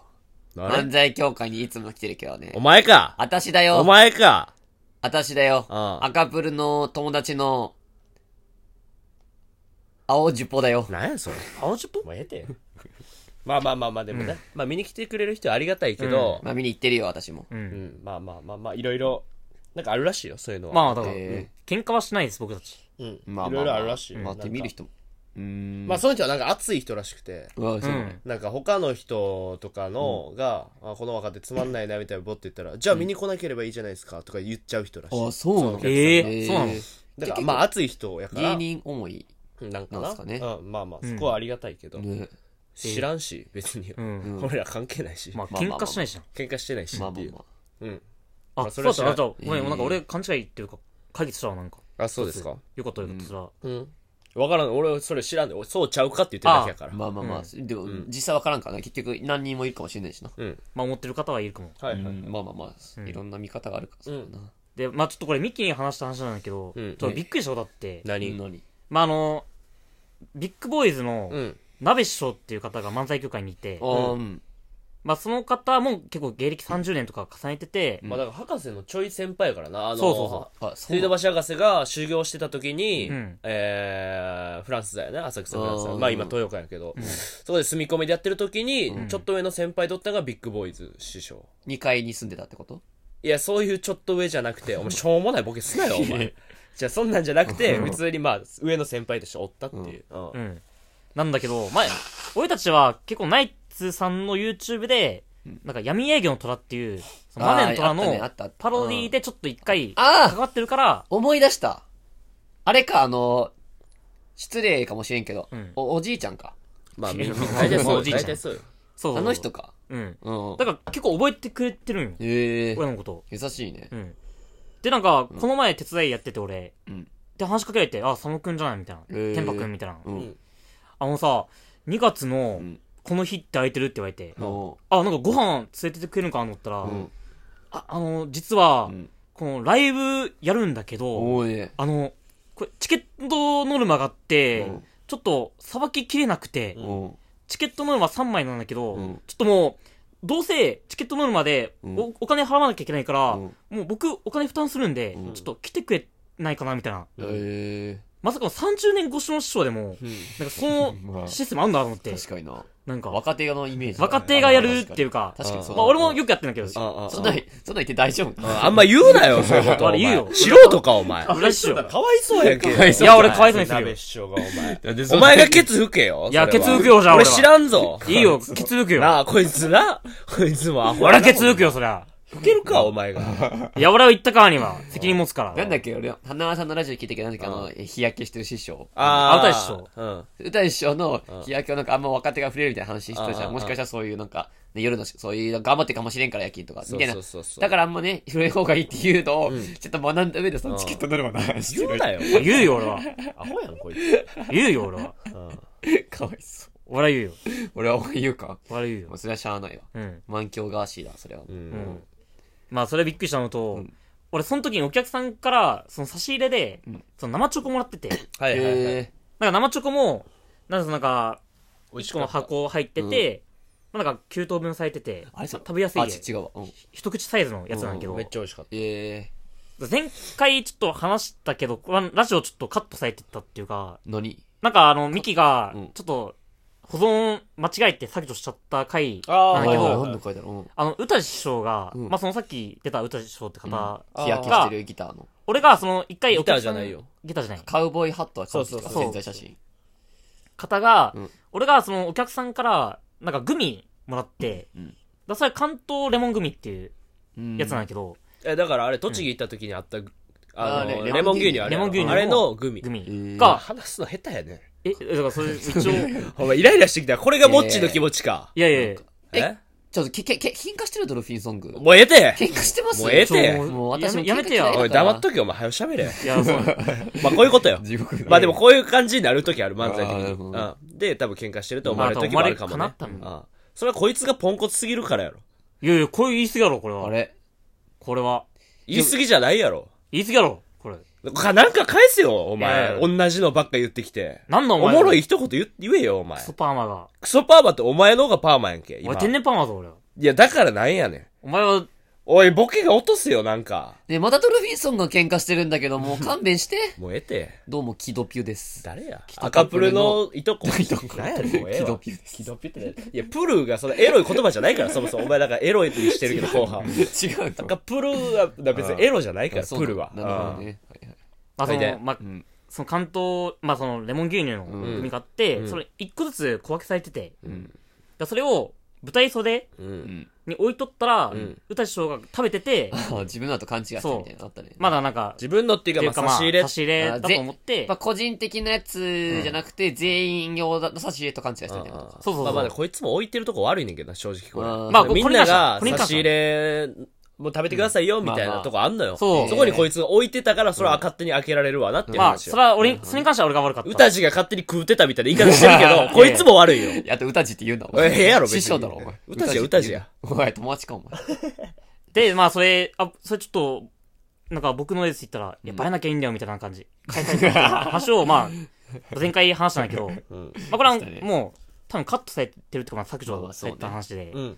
Speaker 1: あれ
Speaker 3: 漫才協会にいつも来てるけどね
Speaker 1: お。前か
Speaker 3: あたしだよ。
Speaker 1: お前か
Speaker 3: あたしだよ。
Speaker 1: ああ
Speaker 3: 赤プルの友達の、青ジュポだよ。
Speaker 1: なんやそれ。
Speaker 2: 青チップ
Speaker 1: もうええて。 まあまあまあまあ、でもね。まあ見に来てくれる人はありがたいけど、
Speaker 3: まあ見に行ってるよ、私も。
Speaker 1: うん、まあまあまあまあ、いろいろ、なんかあるらしいよ、そういうのは。
Speaker 2: まあ、だから、
Speaker 3: え
Speaker 2: 喧嘩はしないです、僕たち。
Speaker 1: あ、うん。
Speaker 3: まあ
Speaker 1: いろいろあるらしいよ。
Speaker 3: まあ、って見る人も。うーん。
Speaker 1: まあ、その人はなんか熱い人らしくて、
Speaker 3: うわ、そうう。
Speaker 2: ん。
Speaker 1: なんか他の人とかのが、あこの若手つまんないなみたいなボって言ったら、じゃあ見に来なければいいじゃないですかとか言っちゃう人らし
Speaker 3: あ、
Speaker 1: い。
Speaker 3: そうなの
Speaker 2: え
Speaker 3: え
Speaker 2: え、そうなの
Speaker 1: だからまあ熱い人やから、
Speaker 3: 芸人思い。
Speaker 1: なんか
Speaker 3: なん
Speaker 1: な。
Speaker 3: すかね
Speaker 1: うん、まあまあ、そこはありがたいけど、
Speaker 3: ね
Speaker 1: 知らんし、別に。
Speaker 2: ん
Speaker 1: 俺ら関係ないし、
Speaker 2: まあ、
Speaker 3: まあまあ
Speaker 2: 喧
Speaker 3: まあ
Speaker 2: 嘩しないじゃん。
Speaker 1: 喧嘩してないし
Speaker 3: まあ
Speaker 1: って
Speaker 3: まあ
Speaker 1: いう。
Speaker 3: まあ。
Speaker 1: うん。ま
Speaker 2: あ、
Speaker 1: あ
Speaker 2: そ
Speaker 1: そうれ
Speaker 2: だ
Speaker 1: は
Speaker 2: った。
Speaker 1: 知らん
Speaker 2: あじゃあごめん、なんか俺勘違いっていうか、解決したわ、なんか。
Speaker 1: あ、そうですか。
Speaker 2: よかったよかった、それは。
Speaker 1: うん。わからん。俺、それ知らんで、俺そうちゃうかって言ってるだけやから。
Speaker 3: まあまあまあ、でも、実際わからんからな。結局、何人もいるかもしれないしな。
Speaker 1: うん。
Speaker 2: まあ、思ってる方はいるかも。
Speaker 1: はいはい。
Speaker 3: まあまあまあ、いろんな見方があるからさ
Speaker 1: うん
Speaker 3: な。
Speaker 2: で、まあ、ちょっとこれミッキーに話した話なんだけど、
Speaker 1: うん
Speaker 2: ちょっとびっくりしたことあって、
Speaker 1: 何
Speaker 3: 何
Speaker 2: まあ、あの、ビッグボーイズの
Speaker 1: うん。
Speaker 2: 鍋師匠っていう方が漫才協会にいて、
Speaker 3: あーうん。
Speaker 2: まあ、その方も結構芸歴30年とか重ねてて、
Speaker 1: まあだから博士のちょい先輩やからな。あの
Speaker 2: そうそうそう
Speaker 3: あ、そう
Speaker 1: 水道
Speaker 3: なの。
Speaker 1: 橋博士が修行してた時に、
Speaker 2: うん
Speaker 1: えー、フランスだよね、浅草フランスだ
Speaker 3: あー
Speaker 1: まあ今豊岡やけど、そこで住み込みでやってる時に、ちょっと上の先輩取ったのがビッグボーイズ師匠。
Speaker 3: 2階に住んでたってこと
Speaker 1: いや、そういうちょっと上じゃなく て、お前しょうもないボケすなよ、お前。じゃあそんなんじゃなくて、普通にまあ上の先輩としておったっていう。うん
Speaker 2: うん。なんだけど、前、俺たちは結構ナイツさんの YouTube で、なんか闇営業の虎っていう、そのマネの虎
Speaker 3: あーあったねあ
Speaker 2: の
Speaker 3: ったあった
Speaker 2: パロディでちょっと一回
Speaker 3: あー
Speaker 2: 関わってるから、
Speaker 3: 思い出した。あれか、あの、失礼かもしれんけど、
Speaker 2: ん
Speaker 3: おおじいちゃんか。
Speaker 1: まあ、
Speaker 2: い
Speaker 1: み
Speaker 2: や
Speaker 1: んな大体そう
Speaker 2: お
Speaker 1: よ。
Speaker 2: じいちゃん
Speaker 1: 大体そうよ。
Speaker 2: そうそうそ
Speaker 3: あ
Speaker 2: う
Speaker 3: の人。か。
Speaker 2: うん。
Speaker 3: うん
Speaker 2: だ。から結構覚えてくれてるんよ。
Speaker 3: ええ
Speaker 2: 俺のことを。
Speaker 3: 優しいね
Speaker 2: う。ん。で、なんか、この前手伝いやってて俺、
Speaker 3: うん
Speaker 2: で話しかけられて、あ、佐野くんじゃないみたいな。
Speaker 3: ー
Speaker 2: 天パくんみたいな。
Speaker 3: うん。
Speaker 2: あのさ、2月の
Speaker 3: ん
Speaker 2: この日って空いてるって言われて、
Speaker 3: お
Speaker 2: あ、なんかご飯連れてってくれるのかなと思ったら、
Speaker 3: ん
Speaker 2: あ、あの、実は、
Speaker 3: ん
Speaker 2: このライブやるんだけど、
Speaker 3: おーね。
Speaker 2: あの、これチケットノルマがあって、
Speaker 3: うん
Speaker 2: ちょっとさばききれなくて、
Speaker 3: おう
Speaker 2: チケットノルマ3枚なんだけど、
Speaker 3: うん
Speaker 2: ちょっともう、どうせチケットノルマでお,、
Speaker 3: ん
Speaker 2: お金払わなきゃいけないから、
Speaker 3: うん
Speaker 2: もう僕お金負担するんで、ちょっと来てくれないかなみたいな。
Speaker 3: え
Speaker 2: まさかの30年越しの師匠でも、なんか そのシステムあんだと思っ
Speaker 3: え
Speaker 2: て、
Speaker 3: 確かにな。
Speaker 2: なんか、
Speaker 3: 若手のイメージだね。
Speaker 2: 若手がやるっていうか、
Speaker 3: 確かにそうだ
Speaker 2: まあ俺もよくやってんだけど、
Speaker 1: あああ
Speaker 3: そんな、そ んな言って大丈夫
Speaker 1: あんま言うなよ、 そういうこと。
Speaker 2: あれ言うよ
Speaker 1: お前素人か、お前。
Speaker 2: 裏師匠。
Speaker 1: かわいそうやんけ。
Speaker 3: かわい
Speaker 2: いや、俺かわいそうにするよ
Speaker 1: 鍋。師匠が、お前。
Speaker 3: お
Speaker 1: お前がケツ吹けよ。
Speaker 2: いや
Speaker 1: それは
Speaker 2: ケツ吹くよじゃあ
Speaker 1: 俺
Speaker 2: 俺は
Speaker 1: 知らんぞ。
Speaker 2: いいよ、ケツ抜くよ。
Speaker 1: なあ、こいつな。こいつもアホや
Speaker 2: 俺
Speaker 1: な。
Speaker 2: はケツ抜くよ、そりゃ。
Speaker 1: 吹けるか、お前 が。
Speaker 2: いや、俺は言ったからには、責任持つから。
Speaker 3: なんだっけ俺、花輪さんのラジオ聞いたけど、なんだっけあの、日焼けしてる師匠。
Speaker 1: あ
Speaker 2: あ歌い師匠
Speaker 1: うん。
Speaker 3: 歌一緒の日焼けをなんかあんま若手が触れるみたいな話してたじゃ
Speaker 1: うん
Speaker 3: ん。もしかしたらそういうなんか、ね夜のし、そういう頑張ってるかもしれんから夜勤とか、みたいな
Speaker 1: そうそうそうそ。う
Speaker 3: だからあんまね、触れる方がいいっていうのを、ちょっと学んだ上でそのチケットノルマの話して
Speaker 1: 言うなよ。
Speaker 2: 言うよ、俺は。
Speaker 1: アホやん、こいつ。
Speaker 2: 言うよ、俺は。
Speaker 3: る。 かわいそ
Speaker 2: 俺は言うよ。
Speaker 3: う。俺は言うか。
Speaker 2: 俺は言う
Speaker 3: も
Speaker 2: よ
Speaker 3: う。それはしゃあないわ。
Speaker 2: うん。
Speaker 3: 満響ガーシーだ、それは。
Speaker 1: うん。
Speaker 2: まあ、それびっくりしたのと、俺、その時にお客さんから、その差し入れで、その生チョコもらってて、
Speaker 1: はいはいはい。
Speaker 3: え
Speaker 2: なんか生チョコも、なんかそのなんか、
Speaker 1: 美味し
Speaker 2: こ
Speaker 1: か
Speaker 2: の
Speaker 1: った
Speaker 2: 箱入ってて、まあなんか9等分されてて、
Speaker 3: あれそう
Speaker 2: 食べやすい
Speaker 3: あ、ち違うわ。うん
Speaker 2: 一口サイズのやつなんだけど
Speaker 1: め、っちゃ美味しかっ
Speaker 3: え
Speaker 2: 前回ちょっと話したけど、これはラジオちょっとカットされてたっていうか、
Speaker 3: ー、何
Speaker 2: なんかあの、ミキが
Speaker 3: うん、
Speaker 2: ちょっと、保存間違えて削除しちゃった回
Speaker 1: た。あ
Speaker 2: な
Speaker 1: あ、
Speaker 2: んだ
Speaker 3: はい
Speaker 2: け
Speaker 3: はい
Speaker 2: ど、
Speaker 3: 何の書いたのうん
Speaker 2: あの、歌師匠が、
Speaker 3: うん
Speaker 2: まあ、そのさっき出た歌師匠って方が、
Speaker 3: 日焼けしてるギターの。
Speaker 2: 俺がその一回お客さ
Speaker 1: ギター
Speaker 2: ん
Speaker 1: じゃないよ。
Speaker 2: ギターじゃない。
Speaker 3: カウボーイハットは買ってきた
Speaker 2: そうそうそう
Speaker 3: 潜在写真。
Speaker 2: 方が、
Speaker 3: うん
Speaker 2: 俺がそのお客さんから、なんかグミもらって、だそれ関東レモン組っていう
Speaker 3: うん
Speaker 2: やつなんだけど、
Speaker 1: え、だからあれ、栃木行った時にあった、あ
Speaker 3: あー
Speaker 1: の、
Speaker 3: レ
Speaker 1: レモン牛乳あれ。
Speaker 2: レモン牛乳
Speaker 1: あれのグミ。
Speaker 2: グミ、
Speaker 3: えー
Speaker 1: あ、
Speaker 2: が、
Speaker 1: 話すの下手やね。
Speaker 2: え、だからそれ 一応、い
Speaker 1: お前イライラしてきた。これがモッチーの気持ちか。
Speaker 2: やいやいや、
Speaker 1: え
Speaker 3: ちょっと、け、け、け、喧嘩してるドルフィンソング。
Speaker 1: もうえて
Speaker 3: 喧嘩してます
Speaker 1: もうええて
Speaker 2: ちょ
Speaker 3: もう私も
Speaker 2: やめやめてよ
Speaker 3: 喧嘩嫌いだ
Speaker 1: お
Speaker 3: か
Speaker 1: い、
Speaker 3: ら
Speaker 1: 黙っとけよ、お前。早よ喋れ。
Speaker 2: いや、そう
Speaker 1: まあ、こういうこと よ。
Speaker 3: 地獄だね
Speaker 1: まあでもこういう感じになる時ある、漫才
Speaker 3: あーなる
Speaker 1: 的
Speaker 3: ほ
Speaker 1: に。
Speaker 3: どね
Speaker 1: うんで、多分喧嘩してると思われる時もあるかも
Speaker 2: まあ
Speaker 1: ね。
Speaker 2: 多分思われるかな
Speaker 1: うんそれはこいつがポンコツすぎるからやろ。
Speaker 2: いやいや、これ言い過ぎやろ、これは。
Speaker 3: あれ
Speaker 2: これは。
Speaker 1: 言い過ぎじゃないやろ。
Speaker 2: 言い過ぎやろ、これ。
Speaker 1: か、なんか返せよ、お
Speaker 2: いや
Speaker 1: 前。
Speaker 2: い
Speaker 1: 同じのばっか言ってきて。
Speaker 2: なんだお
Speaker 1: お
Speaker 2: 前
Speaker 1: もろい一言言言えよ、お前
Speaker 2: ク。ソパーマが。
Speaker 1: クソパーマってお前の方がパーマやんけ、今
Speaker 2: 俺。天然パーマだぞ、俺は。
Speaker 1: いや、だからなんやねん。
Speaker 2: お前は、
Speaker 1: おい、ボケが落とすよ、なんか。
Speaker 3: で、またドルフィンソンが喧嘩してるんだけ ど、もう勘弁して。
Speaker 1: もうええて。
Speaker 3: どうも、キドピュです。
Speaker 1: 誰や
Speaker 3: 北
Speaker 1: 赤プル
Speaker 3: カ
Speaker 1: のい とこ。いと
Speaker 3: こ
Speaker 1: なんやねん、もうええ
Speaker 3: キド
Speaker 1: わ。
Speaker 3: ピュです。
Speaker 1: キドピってね。いや、プルがそのエロい言葉じゃないから、そもそも。お前なんかエロいってして るけど、後半。
Speaker 3: 違う
Speaker 1: なんかプルは別にエロじゃないから、
Speaker 3: そう
Speaker 1: プルは。
Speaker 3: なるほどね。はいはい
Speaker 2: まあそ
Speaker 1: はいで
Speaker 2: の、まあ、その関東、まあそのレモン牛乳の
Speaker 3: ん
Speaker 2: 組買って、
Speaker 1: ん
Speaker 2: それ一個ずつ小分けされてて、
Speaker 1: うん
Speaker 2: だそれを舞台袖
Speaker 1: うんうん
Speaker 2: に置いとったら、
Speaker 1: ん
Speaker 2: 歌師匠が食べてて、
Speaker 3: あ自分だと勘違いしたみたいなのあったね。
Speaker 2: まだなんか、
Speaker 1: 自分のっていう
Speaker 2: ってい
Speaker 1: か、
Speaker 2: うか
Speaker 1: まあ、
Speaker 2: まあ
Speaker 1: 差し入れ。
Speaker 2: 差し入れだと思って
Speaker 3: まあ、、個人的なやつじゃなくて、全員用だの差し入れと勘違いしたみたいなことか。
Speaker 2: そうそうそう
Speaker 1: まあまあね、こいつも置いてるとこ悪いねんけどな、正直これ。
Speaker 3: うん
Speaker 2: まあ
Speaker 1: み
Speaker 2: こ
Speaker 1: ん
Speaker 2: れ
Speaker 1: な
Speaker 2: に関しては
Speaker 1: が
Speaker 2: これ
Speaker 1: 差
Speaker 2: に関
Speaker 1: し
Speaker 2: し
Speaker 1: て
Speaker 2: は
Speaker 1: 入れ、もう食べてくださいよ、みたい
Speaker 3: まあま
Speaker 1: な
Speaker 3: あ
Speaker 1: とこあんのよ。
Speaker 2: そう
Speaker 1: そこにこいつが置いてたから、それは勝手に開けられるわなっていう
Speaker 2: まあ、
Speaker 1: 話
Speaker 2: そ
Speaker 1: よ。
Speaker 2: れは俺に、それに関しては俺が悪かった。
Speaker 1: 歌地が勝手に食うてたみたいな言い方して るけど、こいつも悪いよ。
Speaker 3: やって、歌じって言うな、お
Speaker 1: ええやろ別に
Speaker 3: 師匠だろ、お前。
Speaker 1: 歌じや
Speaker 3: って言うな。おい、友達か、お前。
Speaker 2: で、まあそれ、あ、それちょっと、なんか僕のやつ言ったら、いや、バレなきゃいいんだよみたいな感じ。開催と話 を、まあ、前回話したんだけど、まあこれはもう、多分カットされてるってことか削除された話で
Speaker 1: う。ん。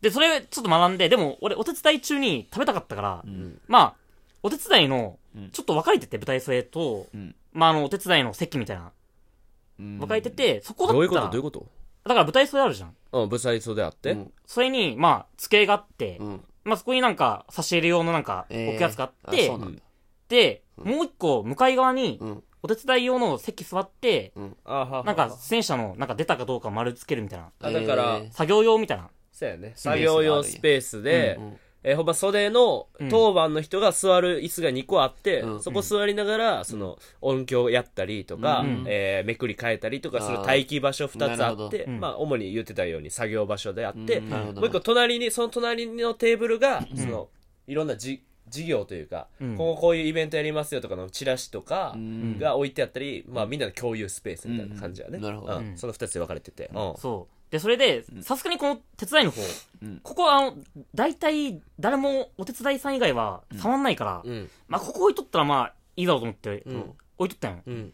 Speaker 2: で、それちょっと学んで、でも俺お手伝い中に食べたかったから、まあ、お手伝いの、ちょっと分かれてて、舞台袖と
Speaker 3: ん、
Speaker 2: まああの、お手伝いの席みたいな、分かれてて、そこだ
Speaker 1: ど
Speaker 2: っ
Speaker 1: ういうこ
Speaker 2: た
Speaker 1: と
Speaker 2: ら、
Speaker 1: どういう
Speaker 2: だ
Speaker 1: こと
Speaker 2: から舞台袖あるじゃん。
Speaker 1: うん、ぶさいそうであって。
Speaker 3: うん
Speaker 2: それに、まあ、机があって
Speaker 3: う、ん。
Speaker 2: まあそこになんか差し入れ用のなんか
Speaker 3: えー
Speaker 2: 置くやつがあっ
Speaker 3: あ
Speaker 2: て
Speaker 3: そう、なんだ。
Speaker 2: で、もう一個向かい側に
Speaker 3: うん
Speaker 2: お手伝い用の席座って、
Speaker 1: あはは
Speaker 2: なんか出演者のなんか出たかどうか丸つけるみたいな、
Speaker 1: あだから
Speaker 3: えー
Speaker 2: 作業用みたいな。
Speaker 1: そうやね。
Speaker 3: ペースがあ
Speaker 1: 作
Speaker 3: る
Speaker 1: 業用スペースで、
Speaker 3: うんうん
Speaker 1: えーほんま袖の
Speaker 2: うん
Speaker 1: 当番の人が座る椅子が2個あって、
Speaker 3: うん
Speaker 1: そこ座りながら、その音響やったりとか、
Speaker 2: うん
Speaker 1: えーめくり変えたりとかする
Speaker 3: あー
Speaker 1: 待機場所2つ
Speaker 3: な
Speaker 1: あ
Speaker 3: るほ
Speaker 1: っ
Speaker 3: ど
Speaker 1: て、
Speaker 2: うん
Speaker 1: まあ主に言ってたように作業場所であって、
Speaker 3: うんなるほど
Speaker 1: もう一個隣に、その隣のテーブルが、その、いろんなじ事業というか、
Speaker 2: うん
Speaker 1: こうこういうイベントやりますよとかのチラシとか
Speaker 3: ん
Speaker 1: が置いてあったり、まあみんなの共有スペースみたいな感じやね。
Speaker 3: うんなるほど
Speaker 1: うんその2つで分かれてて。うん
Speaker 2: そう。で、それで、さすがにこの手伝いの方
Speaker 3: うん、
Speaker 2: ここはあの、大体誰もお手伝いさん以外は触んないから
Speaker 1: う、ん。
Speaker 2: まあここ置いとったらまあいいだろうと思って
Speaker 1: ん
Speaker 2: 置いとったんよ。
Speaker 1: うん。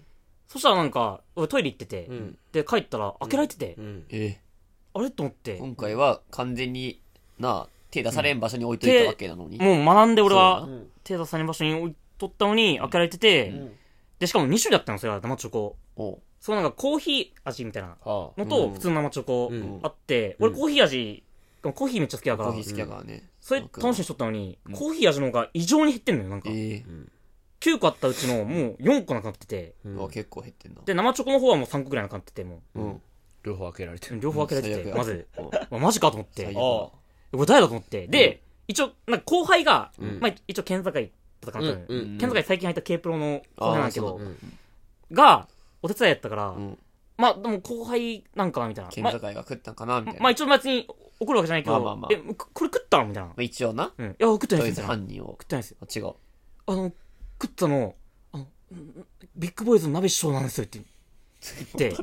Speaker 2: そしたらなんか、俺トイレ行ってて
Speaker 1: ん、
Speaker 2: で帰ったら開けられてて
Speaker 1: う、ん。
Speaker 3: え
Speaker 2: あれと思って
Speaker 3: ー、今回は完全にな、手出されん場所に置いとい
Speaker 2: 手
Speaker 3: たわけなのに。
Speaker 2: もう学んで俺は
Speaker 3: そう
Speaker 1: だな、
Speaker 2: 手出される場所に置いとったのに開けられてて、
Speaker 1: ん
Speaker 2: で、しかも2種類だったの、それは生チョコ。
Speaker 3: おう
Speaker 2: そうなんかコーヒー味みたいな
Speaker 1: はあ
Speaker 2: のと、普通の生チョコ
Speaker 1: うん
Speaker 2: あって、俺コーヒー味、コーヒーめっちゃ好きだか
Speaker 3: コ
Speaker 2: ら
Speaker 3: ーヒ、ー好きやからね。
Speaker 2: それ楽しみにしとったのに、コーヒー味の方が異常に減ってんのよ、なんか。
Speaker 3: え
Speaker 2: 9個あったうちのもう4個なくなってて、
Speaker 3: え。うわ結構減ってんな。
Speaker 2: で、生チョコの方はもう3個ぐらいなくなってて、も
Speaker 3: うん。
Speaker 1: 両方開けられて
Speaker 2: う、
Speaker 1: る。
Speaker 2: 両方開けられて
Speaker 3: 最悪
Speaker 2: て、まず、
Speaker 3: うん
Speaker 2: まあマジかと思って
Speaker 3: 最悪、
Speaker 2: こ
Speaker 3: だ
Speaker 2: れ誰だと思って、で、一応、なんか後輩が、まあ一応県境だったから、
Speaker 1: うんうん
Speaker 2: 県境最近入った K プロの後輩なんだけ
Speaker 3: あー
Speaker 2: ど
Speaker 3: そう、
Speaker 2: が、お手伝いやったから、
Speaker 3: ん
Speaker 2: まあ、でも後輩なんかな、みたいな。
Speaker 3: 県
Speaker 2: ま
Speaker 3: 境が食ったんかなみたいな。
Speaker 2: まあ
Speaker 3: ま
Speaker 2: 一応別に怒るわけじゃないけ
Speaker 3: ま
Speaker 2: ど、
Speaker 3: あまあまあ
Speaker 2: え、ここれ食ったのみたいな。
Speaker 3: あ一応な。
Speaker 2: うん。いや、食って
Speaker 3: と
Speaker 2: な
Speaker 3: りあ
Speaker 2: い
Speaker 3: え
Speaker 2: で
Speaker 3: ず
Speaker 2: すよ。食っ
Speaker 3: 犯人を。
Speaker 2: てないですよ。
Speaker 3: あ違う。
Speaker 2: あの、食ったの、あの、ビッグボーイズの鍋師匠なんですよって言 って、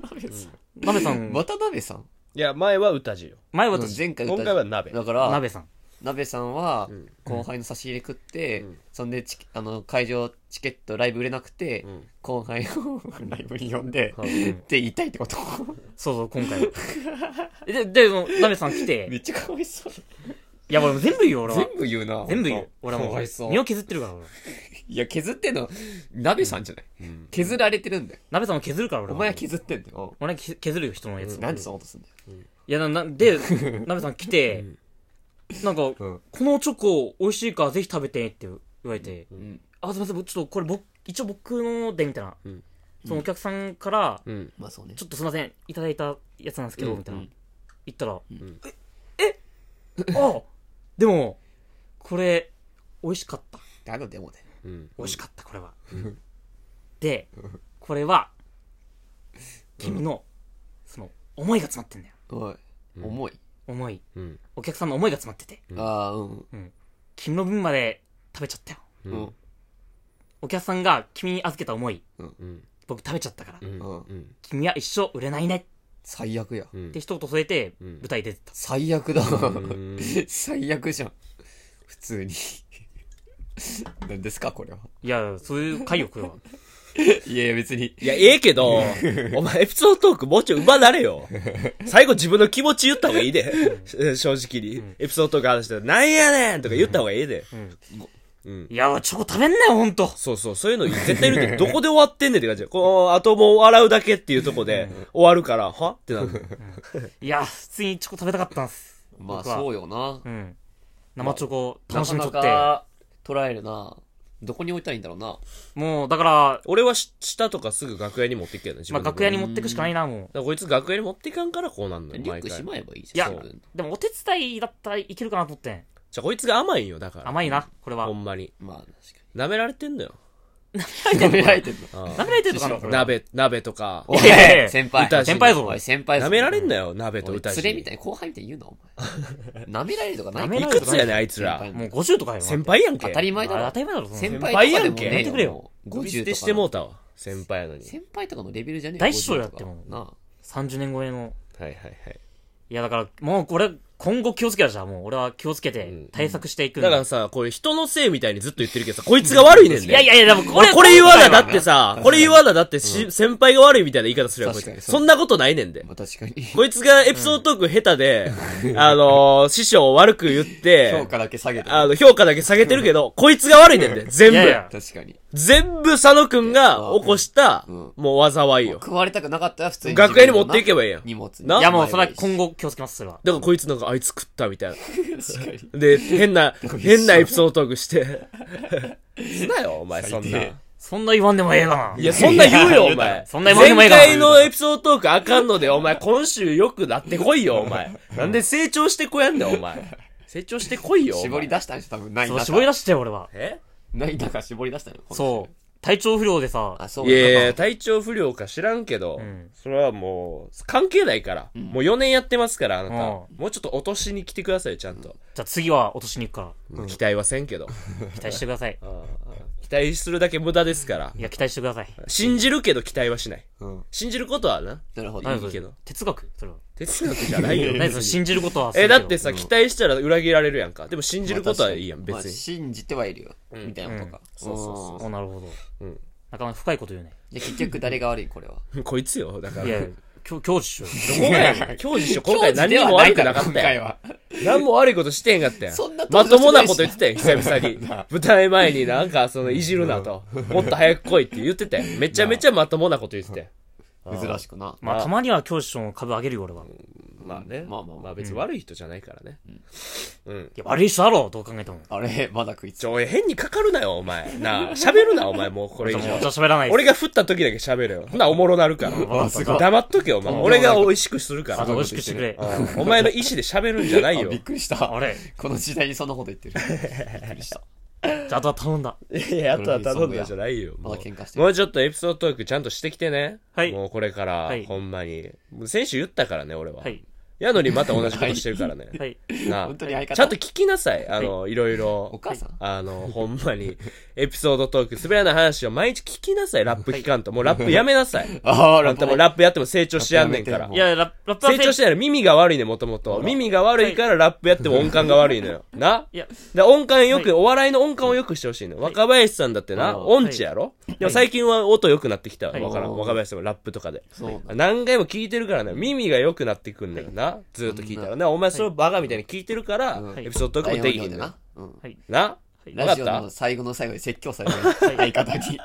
Speaker 2: 鍋さん、
Speaker 3: 渡辺さん
Speaker 1: いや、前は歌じよ。
Speaker 2: 前
Speaker 3: うん
Speaker 2: 私、
Speaker 3: 前回歌
Speaker 1: 今回は鍋
Speaker 3: だから、
Speaker 2: 鍋さん。
Speaker 3: 鍋さんは、後輩の差し入れ食って、そんでチケあの、会場チケットライブ売れなくて、
Speaker 1: ん
Speaker 3: 後輩をライブに呼んで、
Speaker 2: ん
Speaker 3: って言いたいってこと
Speaker 2: そうそう、今 回は。で、で、その鍋さん来て、
Speaker 3: めっちゃかわいそう。
Speaker 2: いや、俺も全部言う、俺は
Speaker 3: 全。部言うな。
Speaker 2: 全部言
Speaker 3: 本
Speaker 2: う。
Speaker 3: 当
Speaker 2: 俺はも
Speaker 3: かわいそう
Speaker 2: う、身を削ってるから、俺。
Speaker 3: いや、削ってんの、鍋さんじゃない、削られてるんだよ。
Speaker 2: 鍋さんも削るから、俺
Speaker 3: お
Speaker 2: は。
Speaker 3: 前は削ってんだよ。
Speaker 2: 俺は削るよ、人のやつ。
Speaker 3: なんでそんなことすんだよ。
Speaker 2: いや、な、な、で、なべさん来て、なんか、このチョコ美味しいからぜひ食べてって言われて、
Speaker 3: ん
Speaker 2: あ、すみません、ちょっとこれ僕、一応僕ので、みたいな。
Speaker 1: ん
Speaker 2: そのお客さんから、
Speaker 1: うん。
Speaker 3: まあそうね
Speaker 2: ち。ょっとすみません、いただいたやつなんですけど、みたいな。言ったら、え、え、あでも、これ、美味しかった。
Speaker 3: あのデモで。
Speaker 1: うん。
Speaker 2: 美味しかった、これは。で、これは、君の、その、思いが詰まってんだよ。
Speaker 3: おい。重い。
Speaker 2: 思い。
Speaker 1: うん。
Speaker 2: お客さんの思いが詰まってて。
Speaker 1: うん
Speaker 3: ああ、うん。
Speaker 2: 君の分まで食べちゃったよ。
Speaker 1: う
Speaker 3: うん
Speaker 1: ん。。
Speaker 2: お客さんが君に預けた思い、
Speaker 1: うん。
Speaker 2: 僕食べちゃったから、
Speaker 1: うん。
Speaker 3: うん
Speaker 1: うん。
Speaker 2: 君は一生売れないね。
Speaker 3: 最悪や。
Speaker 1: うん
Speaker 2: って一言添えて、
Speaker 1: うん
Speaker 2: 舞台出てた。
Speaker 3: 最悪だ
Speaker 1: ん。
Speaker 3: 最悪じゃん。普通に。 何ですか、これは。
Speaker 2: いや、そういう回よ、これは。
Speaker 3: いやいや、別に。
Speaker 1: いや、ええけど、お前エピソードトークもうちょい奪われよ。最後自分の気持ち言った方がいいで。正直に。エピソードトーク話して、なんやねんとか言った方がいいで。
Speaker 2: いや、チョコ食べんなよ、ほんと。
Speaker 1: そうそう、そういうの絶対いるけど、どこで終わってんねんって感じで。こう、あともう笑うだけっていうとこで、終わるから、はってな る。
Speaker 2: いや、普通にチョコ食べたかったんす。
Speaker 3: まあ、
Speaker 2: 僕は
Speaker 3: そうよな。
Speaker 2: うん。生チョコ楽
Speaker 3: な
Speaker 2: し
Speaker 3: か
Speaker 2: みと
Speaker 3: な
Speaker 2: って。
Speaker 3: か捉えるな。どこに置いたらいいんだろうな。
Speaker 2: もう、だから、
Speaker 1: 俺はし下とかすぐ楽屋に持っていけよね、自
Speaker 2: まあ、
Speaker 1: 分の
Speaker 2: 楽屋に持ってくしかないな、もう。
Speaker 1: だからこいつ楽屋に持っていかんからこうなんのよ、
Speaker 3: リュッ
Speaker 1: 毎
Speaker 3: クし
Speaker 1: 回。じ
Speaker 3: まえばいい
Speaker 2: い
Speaker 3: じゃ
Speaker 2: や
Speaker 3: ん。そういうの、
Speaker 2: でもお手伝いだったらいけるかなと思ってん。
Speaker 1: ゃあこいつが甘いんよ、だから。
Speaker 2: 甘いな、これは
Speaker 1: ほ。んまに。
Speaker 3: まあ、確
Speaker 1: 舐められてんのよ。
Speaker 3: かに。舐められてんの。
Speaker 2: 舐められてるかな、これは。
Speaker 1: 鍋、鍋とか。
Speaker 3: おい
Speaker 2: いやいや
Speaker 3: 先輩。
Speaker 1: 歌
Speaker 2: 先輩ぞ
Speaker 3: おい、先輩ぞ。
Speaker 1: 舐められんなよ、鍋と
Speaker 3: おい
Speaker 1: 歌い
Speaker 3: 連
Speaker 1: し。
Speaker 3: れみたいに後輩みたいに言うな、お前。舐められるとかない
Speaker 2: 舐め
Speaker 1: い
Speaker 2: られる
Speaker 1: くつやねん、あいつら。
Speaker 3: 先輩
Speaker 2: もう50とかよ。
Speaker 1: 先輩やんけ。
Speaker 3: 当たり前だ
Speaker 2: あれ
Speaker 3: ろ
Speaker 2: 当。たり前だろ、そんな
Speaker 3: 先
Speaker 1: 輩
Speaker 3: 輩とかでも
Speaker 1: やんけ
Speaker 3: ねえ
Speaker 2: やめてくれよ
Speaker 3: もう
Speaker 1: 呼び捨
Speaker 3: 50
Speaker 1: て
Speaker 3: と
Speaker 1: し
Speaker 3: か
Speaker 1: ても
Speaker 3: の
Speaker 1: うたわ。先輩やのに。
Speaker 3: 先輩とかのレベルじゃねえよ
Speaker 2: 大師匠やって
Speaker 3: 50とか
Speaker 2: もう
Speaker 3: なあ
Speaker 2: 30年超えの。
Speaker 1: はいはいはい。
Speaker 2: いや、だから、もうこれ、今後気をつけたじゃん。もう俺は気をつけて、対策していくん
Speaker 1: だからさ、こういう人のせいみたいにずっと言ってるけどさ、こいつが悪いねんね。
Speaker 2: いやいやいや、でもこ
Speaker 1: 俺
Speaker 2: れ、
Speaker 1: これ言わな、だ
Speaker 2: 今
Speaker 1: っ
Speaker 2: 回は
Speaker 1: てさ、これ言わな、だってし、先輩が悪いみたいな言い方するやん、こい
Speaker 3: 確か
Speaker 1: つ。
Speaker 3: に
Speaker 1: そんなことないねんで。
Speaker 3: まあ確かに。
Speaker 1: こいつがエピソードトーク下手で、あのー、師匠を悪く言って、
Speaker 3: 評価だけ下げて。
Speaker 1: あの、評価だけ下げてるけど、こいつが悪いねんで、全
Speaker 2: い
Speaker 1: 部。
Speaker 2: やいや、
Speaker 3: 確かに。
Speaker 1: 全部佐野くんが起こした、
Speaker 3: うん
Speaker 1: もう災いよ。
Speaker 3: 食われたくなかったら普通に。
Speaker 1: 楽屋に持っていけばいいやん。
Speaker 3: 荷物に
Speaker 1: ない
Speaker 2: やもうそれは今後気をつけます、それは。
Speaker 1: だからこいつなんかあいつ食ったみたい
Speaker 3: 確かに。
Speaker 1: な。で、変な、変なエピソードトークして。すなよ、お前、そ
Speaker 3: 最低
Speaker 1: んな。
Speaker 2: そんな言わんでもええがな。
Speaker 1: いや、そんな言うよ、お
Speaker 2: だろ
Speaker 1: 前。
Speaker 2: そんな言わんでもえ
Speaker 1: 前
Speaker 2: えがな
Speaker 1: 回のエピソードトークあかんので、お前、今週よくなってこいよ、お前。なんで成長してこやんだよ、お前。成長してこいよ。お前
Speaker 3: 絞り出したんでしょ、多分。ない
Speaker 2: そ
Speaker 3: 中。
Speaker 2: う、絞り出してよ、俺は。
Speaker 1: え
Speaker 3: ない中絞り出したのよ。
Speaker 2: そう。体調不良で
Speaker 3: うあ、
Speaker 2: さ、
Speaker 3: そう
Speaker 1: いやいや、体調不良か知らんけど、
Speaker 2: ん
Speaker 1: それはもう、関係ないから。もう4年やってますから、あなた。
Speaker 2: うん
Speaker 1: もうちょっと落としに来てくださいよ、ちゃんと。
Speaker 2: じゃあ次は落としに行くか
Speaker 1: 期待はせんけど。
Speaker 2: ら、期待してください。
Speaker 1: 期待するだけ無駄ですから
Speaker 2: い。や、期待してください。
Speaker 1: 信じるけど期待はしない。
Speaker 3: うん
Speaker 1: 信じることはな、
Speaker 3: なるほど。
Speaker 2: 何それ
Speaker 1: いけど
Speaker 2: 哲学それは。
Speaker 1: 哲学じゃないよ。
Speaker 2: 何それ信じることはする
Speaker 1: え、
Speaker 2: けど
Speaker 1: だってさ、期待したら裏切られるやんか。でも信じることはいいやん、
Speaker 3: まあ
Speaker 1: 別に。
Speaker 3: 信じてはいるよ。みたいなことか。そうそうそ
Speaker 2: お、なるほど。
Speaker 1: ん
Speaker 2: なかなか深いこと言うね。
Speaker 3: じゃあ結局誰が悪いこれは。
Speaker 1: こいつよ、だか
Speaker 2: いや
Speaker 1: ら。、
Speaker 2: 教教授っし
Speaker 1: 今回、教授しよう 今回何にも悪くなかったやん。
Speaker 3: は。
Speaker 1: 何も悪いことしてへんかったやん。
Speaker 3: そんな
Speaker 1: ま
Speaker 3: 登場
Speaker 1: ともなこ
Speaker 3: して
Speaker 1: と
Speaker 3: な
Speaker 1: 言ってたやん、久々に。舞台前になんか、その、いじるなと。もっと早く来いって言ってたやん。めちゃめちゃまともなこと言ってたやん。
Speaker 3: 珍しくな。
Speaker 2: ょ。ま
Speaker 1: あ
Speaker 2: あ、たまには教授の株上げるよ、俺は。い
Speaker 1: まあね。
Speaker 3: まあまあまあ
Speaker 1: 別に悪い人じゃないからね。うん。
Speaker 2: や、悪い人だろ、どう考えても。
Speaker 3: あれ、まだ食いつ
Speaker 1: ちょ、おい変にかかるなよ、お前。なあ、喋るな、お前、もうこれ以
Speaker 2: じゃあもう、
Speaker 1: 上
Speaker 2: じゃあ。喋らないです。
Speaker 1: 俺が振った時だけ喋れよ。ほんならおもろなるから。
Speaker 2: あすごい
Speaker 1: 黙っとけよ、お前。俺が美味しくするか
Speaker 2: あ
Speaker 1: ら
Speaker 2: と。美味しくしてくれ。
Speaker 1: うんお前の意思で喋るんじゃない
Speaker 3: あ
Speaker 1: よ
Speaker 3: びっ。くりした。
Speaker 2: あれ
Speaker 3: この時代にそんなこと言ってる。びっくりした。
Speaker 2: じゃあ、あとは頼んだ。
Speaker 1: いや、あとは頼んだじゃないよ。
Speaker 3: ま
Speaker 1: も
Speaker 3: だ
Speaker 1: う
Speaker 3: 喧嘩して
Speaker 1: も
Speaker 3: る。
Speaker 1: うちょっとエピソードトークちゃんとしてきてね。
Speaker 2: はい
Speaker 1: もうこれから、
Speaker 2: はい
Speaker 1: ほんまに。もう先週言ったからね、俺は。
Speaker 2: はい。
Speaker 1: やのにまた同じことしてるから ね。
Speaker 2: はい。
Speaker 1: なあ
Speaker 3: 本当に相方。
Speaker 1: ちゃんと聞きなさい。あの、い、ろいろ。
Speaker 3: お母さん
Speaker 1: あの、ほんまに、エピソードトーク、滑らない話を毎日聞きなさい、ラップ聞かんと。もうラップやめなさい。
Speaker 3: ああ、
Speaker 1: あ
Speaker 3: ラ
Speaker 1: ん
Speaker 3: ップ
Speaker 1: たも
Speaker 3: ね。
Speaker 1: ラップやっても成長しやんねんから
Speaker 3: ラップやめても
Speaker 2: い。や、ララップは
Speaker 1: 成長してないの耳が悪いね、もともと。耳が悪いからラップやっても音感が悪いのよ。なだ
Speaker 2: いや
Speaker 1: から音感よ
Speaker 2: は
Speaker 1: く、お笑いの音感をよくしてほしいの。若林さんだってな、
Speaker 3: うん
Speaker 1: 音痴やろでも最近は音良くなってきたわ。
Speaker 2: はい
Speaker 1: わからん。
Speaker 3: うん
Speaker 1: 若林さんもラップとかで。
Speaker 3: そうだ。
Speaker 1: 何回も聞いてるからね、耳が良くなってくんだよな。ずーっと聞いたら。な、お前それをバカみたいに聞いてるから、
Speaker 3: うん
Speaker 1: エピソードトークもできひん
Speaker 3: で
Speaker 1: ねん
Speaker 3: な。。うん。
Speaker 1: な
Speaker 2: はい
Speaker 1: わ
Speaker 3: ラジ
Speaker 1: か
Speaker 3: オ
Speaker 1: った
Speaker 3: の最後の最後に説教される相方に。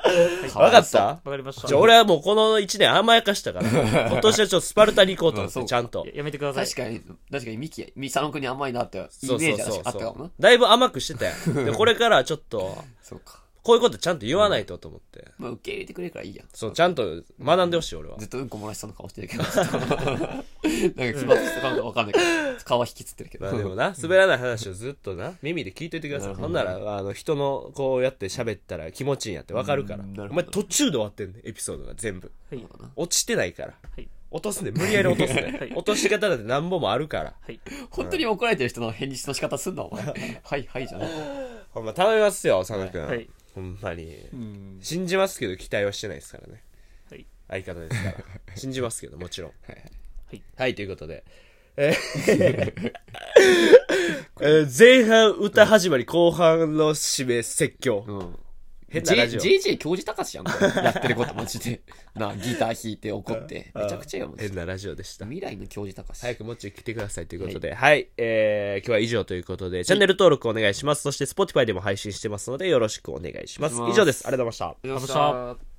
Speaker 1: わかっ
Speaker 3: そう
Speaker 1: た
Speaker 2: わかりました。
Speaker 1: じゃあ俺はもうこの1年甘やかしたから、 今年はちょっとスパルタに行こうと思っ
Speaker 3: う
Speaker 1: て、
Speaker 3: ん
Speaker 1: ちゃんと
Speaker 2: や。やめてください。
Speaker 3: 確かに、確かにミキ、ミサノ君に甘いなって、イメ
Speaker 1: そうそ
Speaker 3: ー
Speaker 1: う
Speaker 3: ジは
Speaker 1: そう
Speaker 3: 確かあった
Speaker 1: そ
Speaker 3: かもな
Speaker 1: う。。だいぶ甘くしてたやん。で、これからはちょっと、
Speaker 3: そうか。
Speaker 1: こういうことちゃんと言わないとと思って。
Speaker 3: まあ、受け入れてくれるからいいやん。
Speaker 1: そう、ちゃんと学んでほしい、俺は
Speaker 3: ず。っとうんこ漏らしそうな顔してる けど、ずっとなんかつまずきとかわかんないから、顔は引きつってるけど。
Speaker 1: まあでもな、滑らない話をずっとな、耳で聞いといてください。
Speaker 3: なる
Speaker 1: ほ
Speaker 3: ほ
Speaker 1: ん
Speaker 3: ど
Speaker 1: なら、あの、人の、こうやって喋ったら気持ちいいんやってわかるから。
Speaker 3: うんなる
Speaker 1: お
Speaker 3: ほど
Speaker 1: 前途中で終わってんねエピソードが全部。
Speaker 2: はい。
Speaker 1: 落ちてないから。
Speaker 2: はい
Speaker 1: 落とすね。無理やり落とす
Speaker 2: は
Speaker 1: ね
Speaker 2: い。
Speaker 1: 落とし方だって何本もあるから。
Speaker 2: はい。
Speaker 3: 本当に怒られてる人の返事の仕方すんな、お前。はいはいじゃない。
Speaker 1: ほんま頼みますよ、佐野くん。
Speaker 2: はい。
Speaker 1: ほんまに。
Speaker 3: うん。
Speaker 1: 信じますけど期待はしてないですからね。
Speaker 2: はい。
Speaker 1: 相方ですから。信じますけど、もちろん。
Speaker 3: はいはい
Speaker 2: はい。
Speaker 1: はい、ということで。えーえー前半歌始まり、後半の締め説教。
Speaker 3: うん。
Speaker 1: 変なラジ
Speaker 3: J-
Speaker 1: オ。
Speaker 3: JJ 教授高しやん、これやってることマジで。なあ、ギター弾いて怒って。めちゃくちゃやもん。
Speaker 1: 変なラジオでした。
Speaker 3: 未来の教授高し。
Speaker 1: 早くもっち来てくださいということで、はい、えー、今日は以上ということで、チャンネル登録お願いします。そして Spotify でも配信してますので、よろしくお願いします。
Speaker 3: お願いします
Speaker 1: 以上です。ありがとうございました。
Speaker 3: ありがとうございま
Speaker 2: ありがとうござい
Speaker 3: した。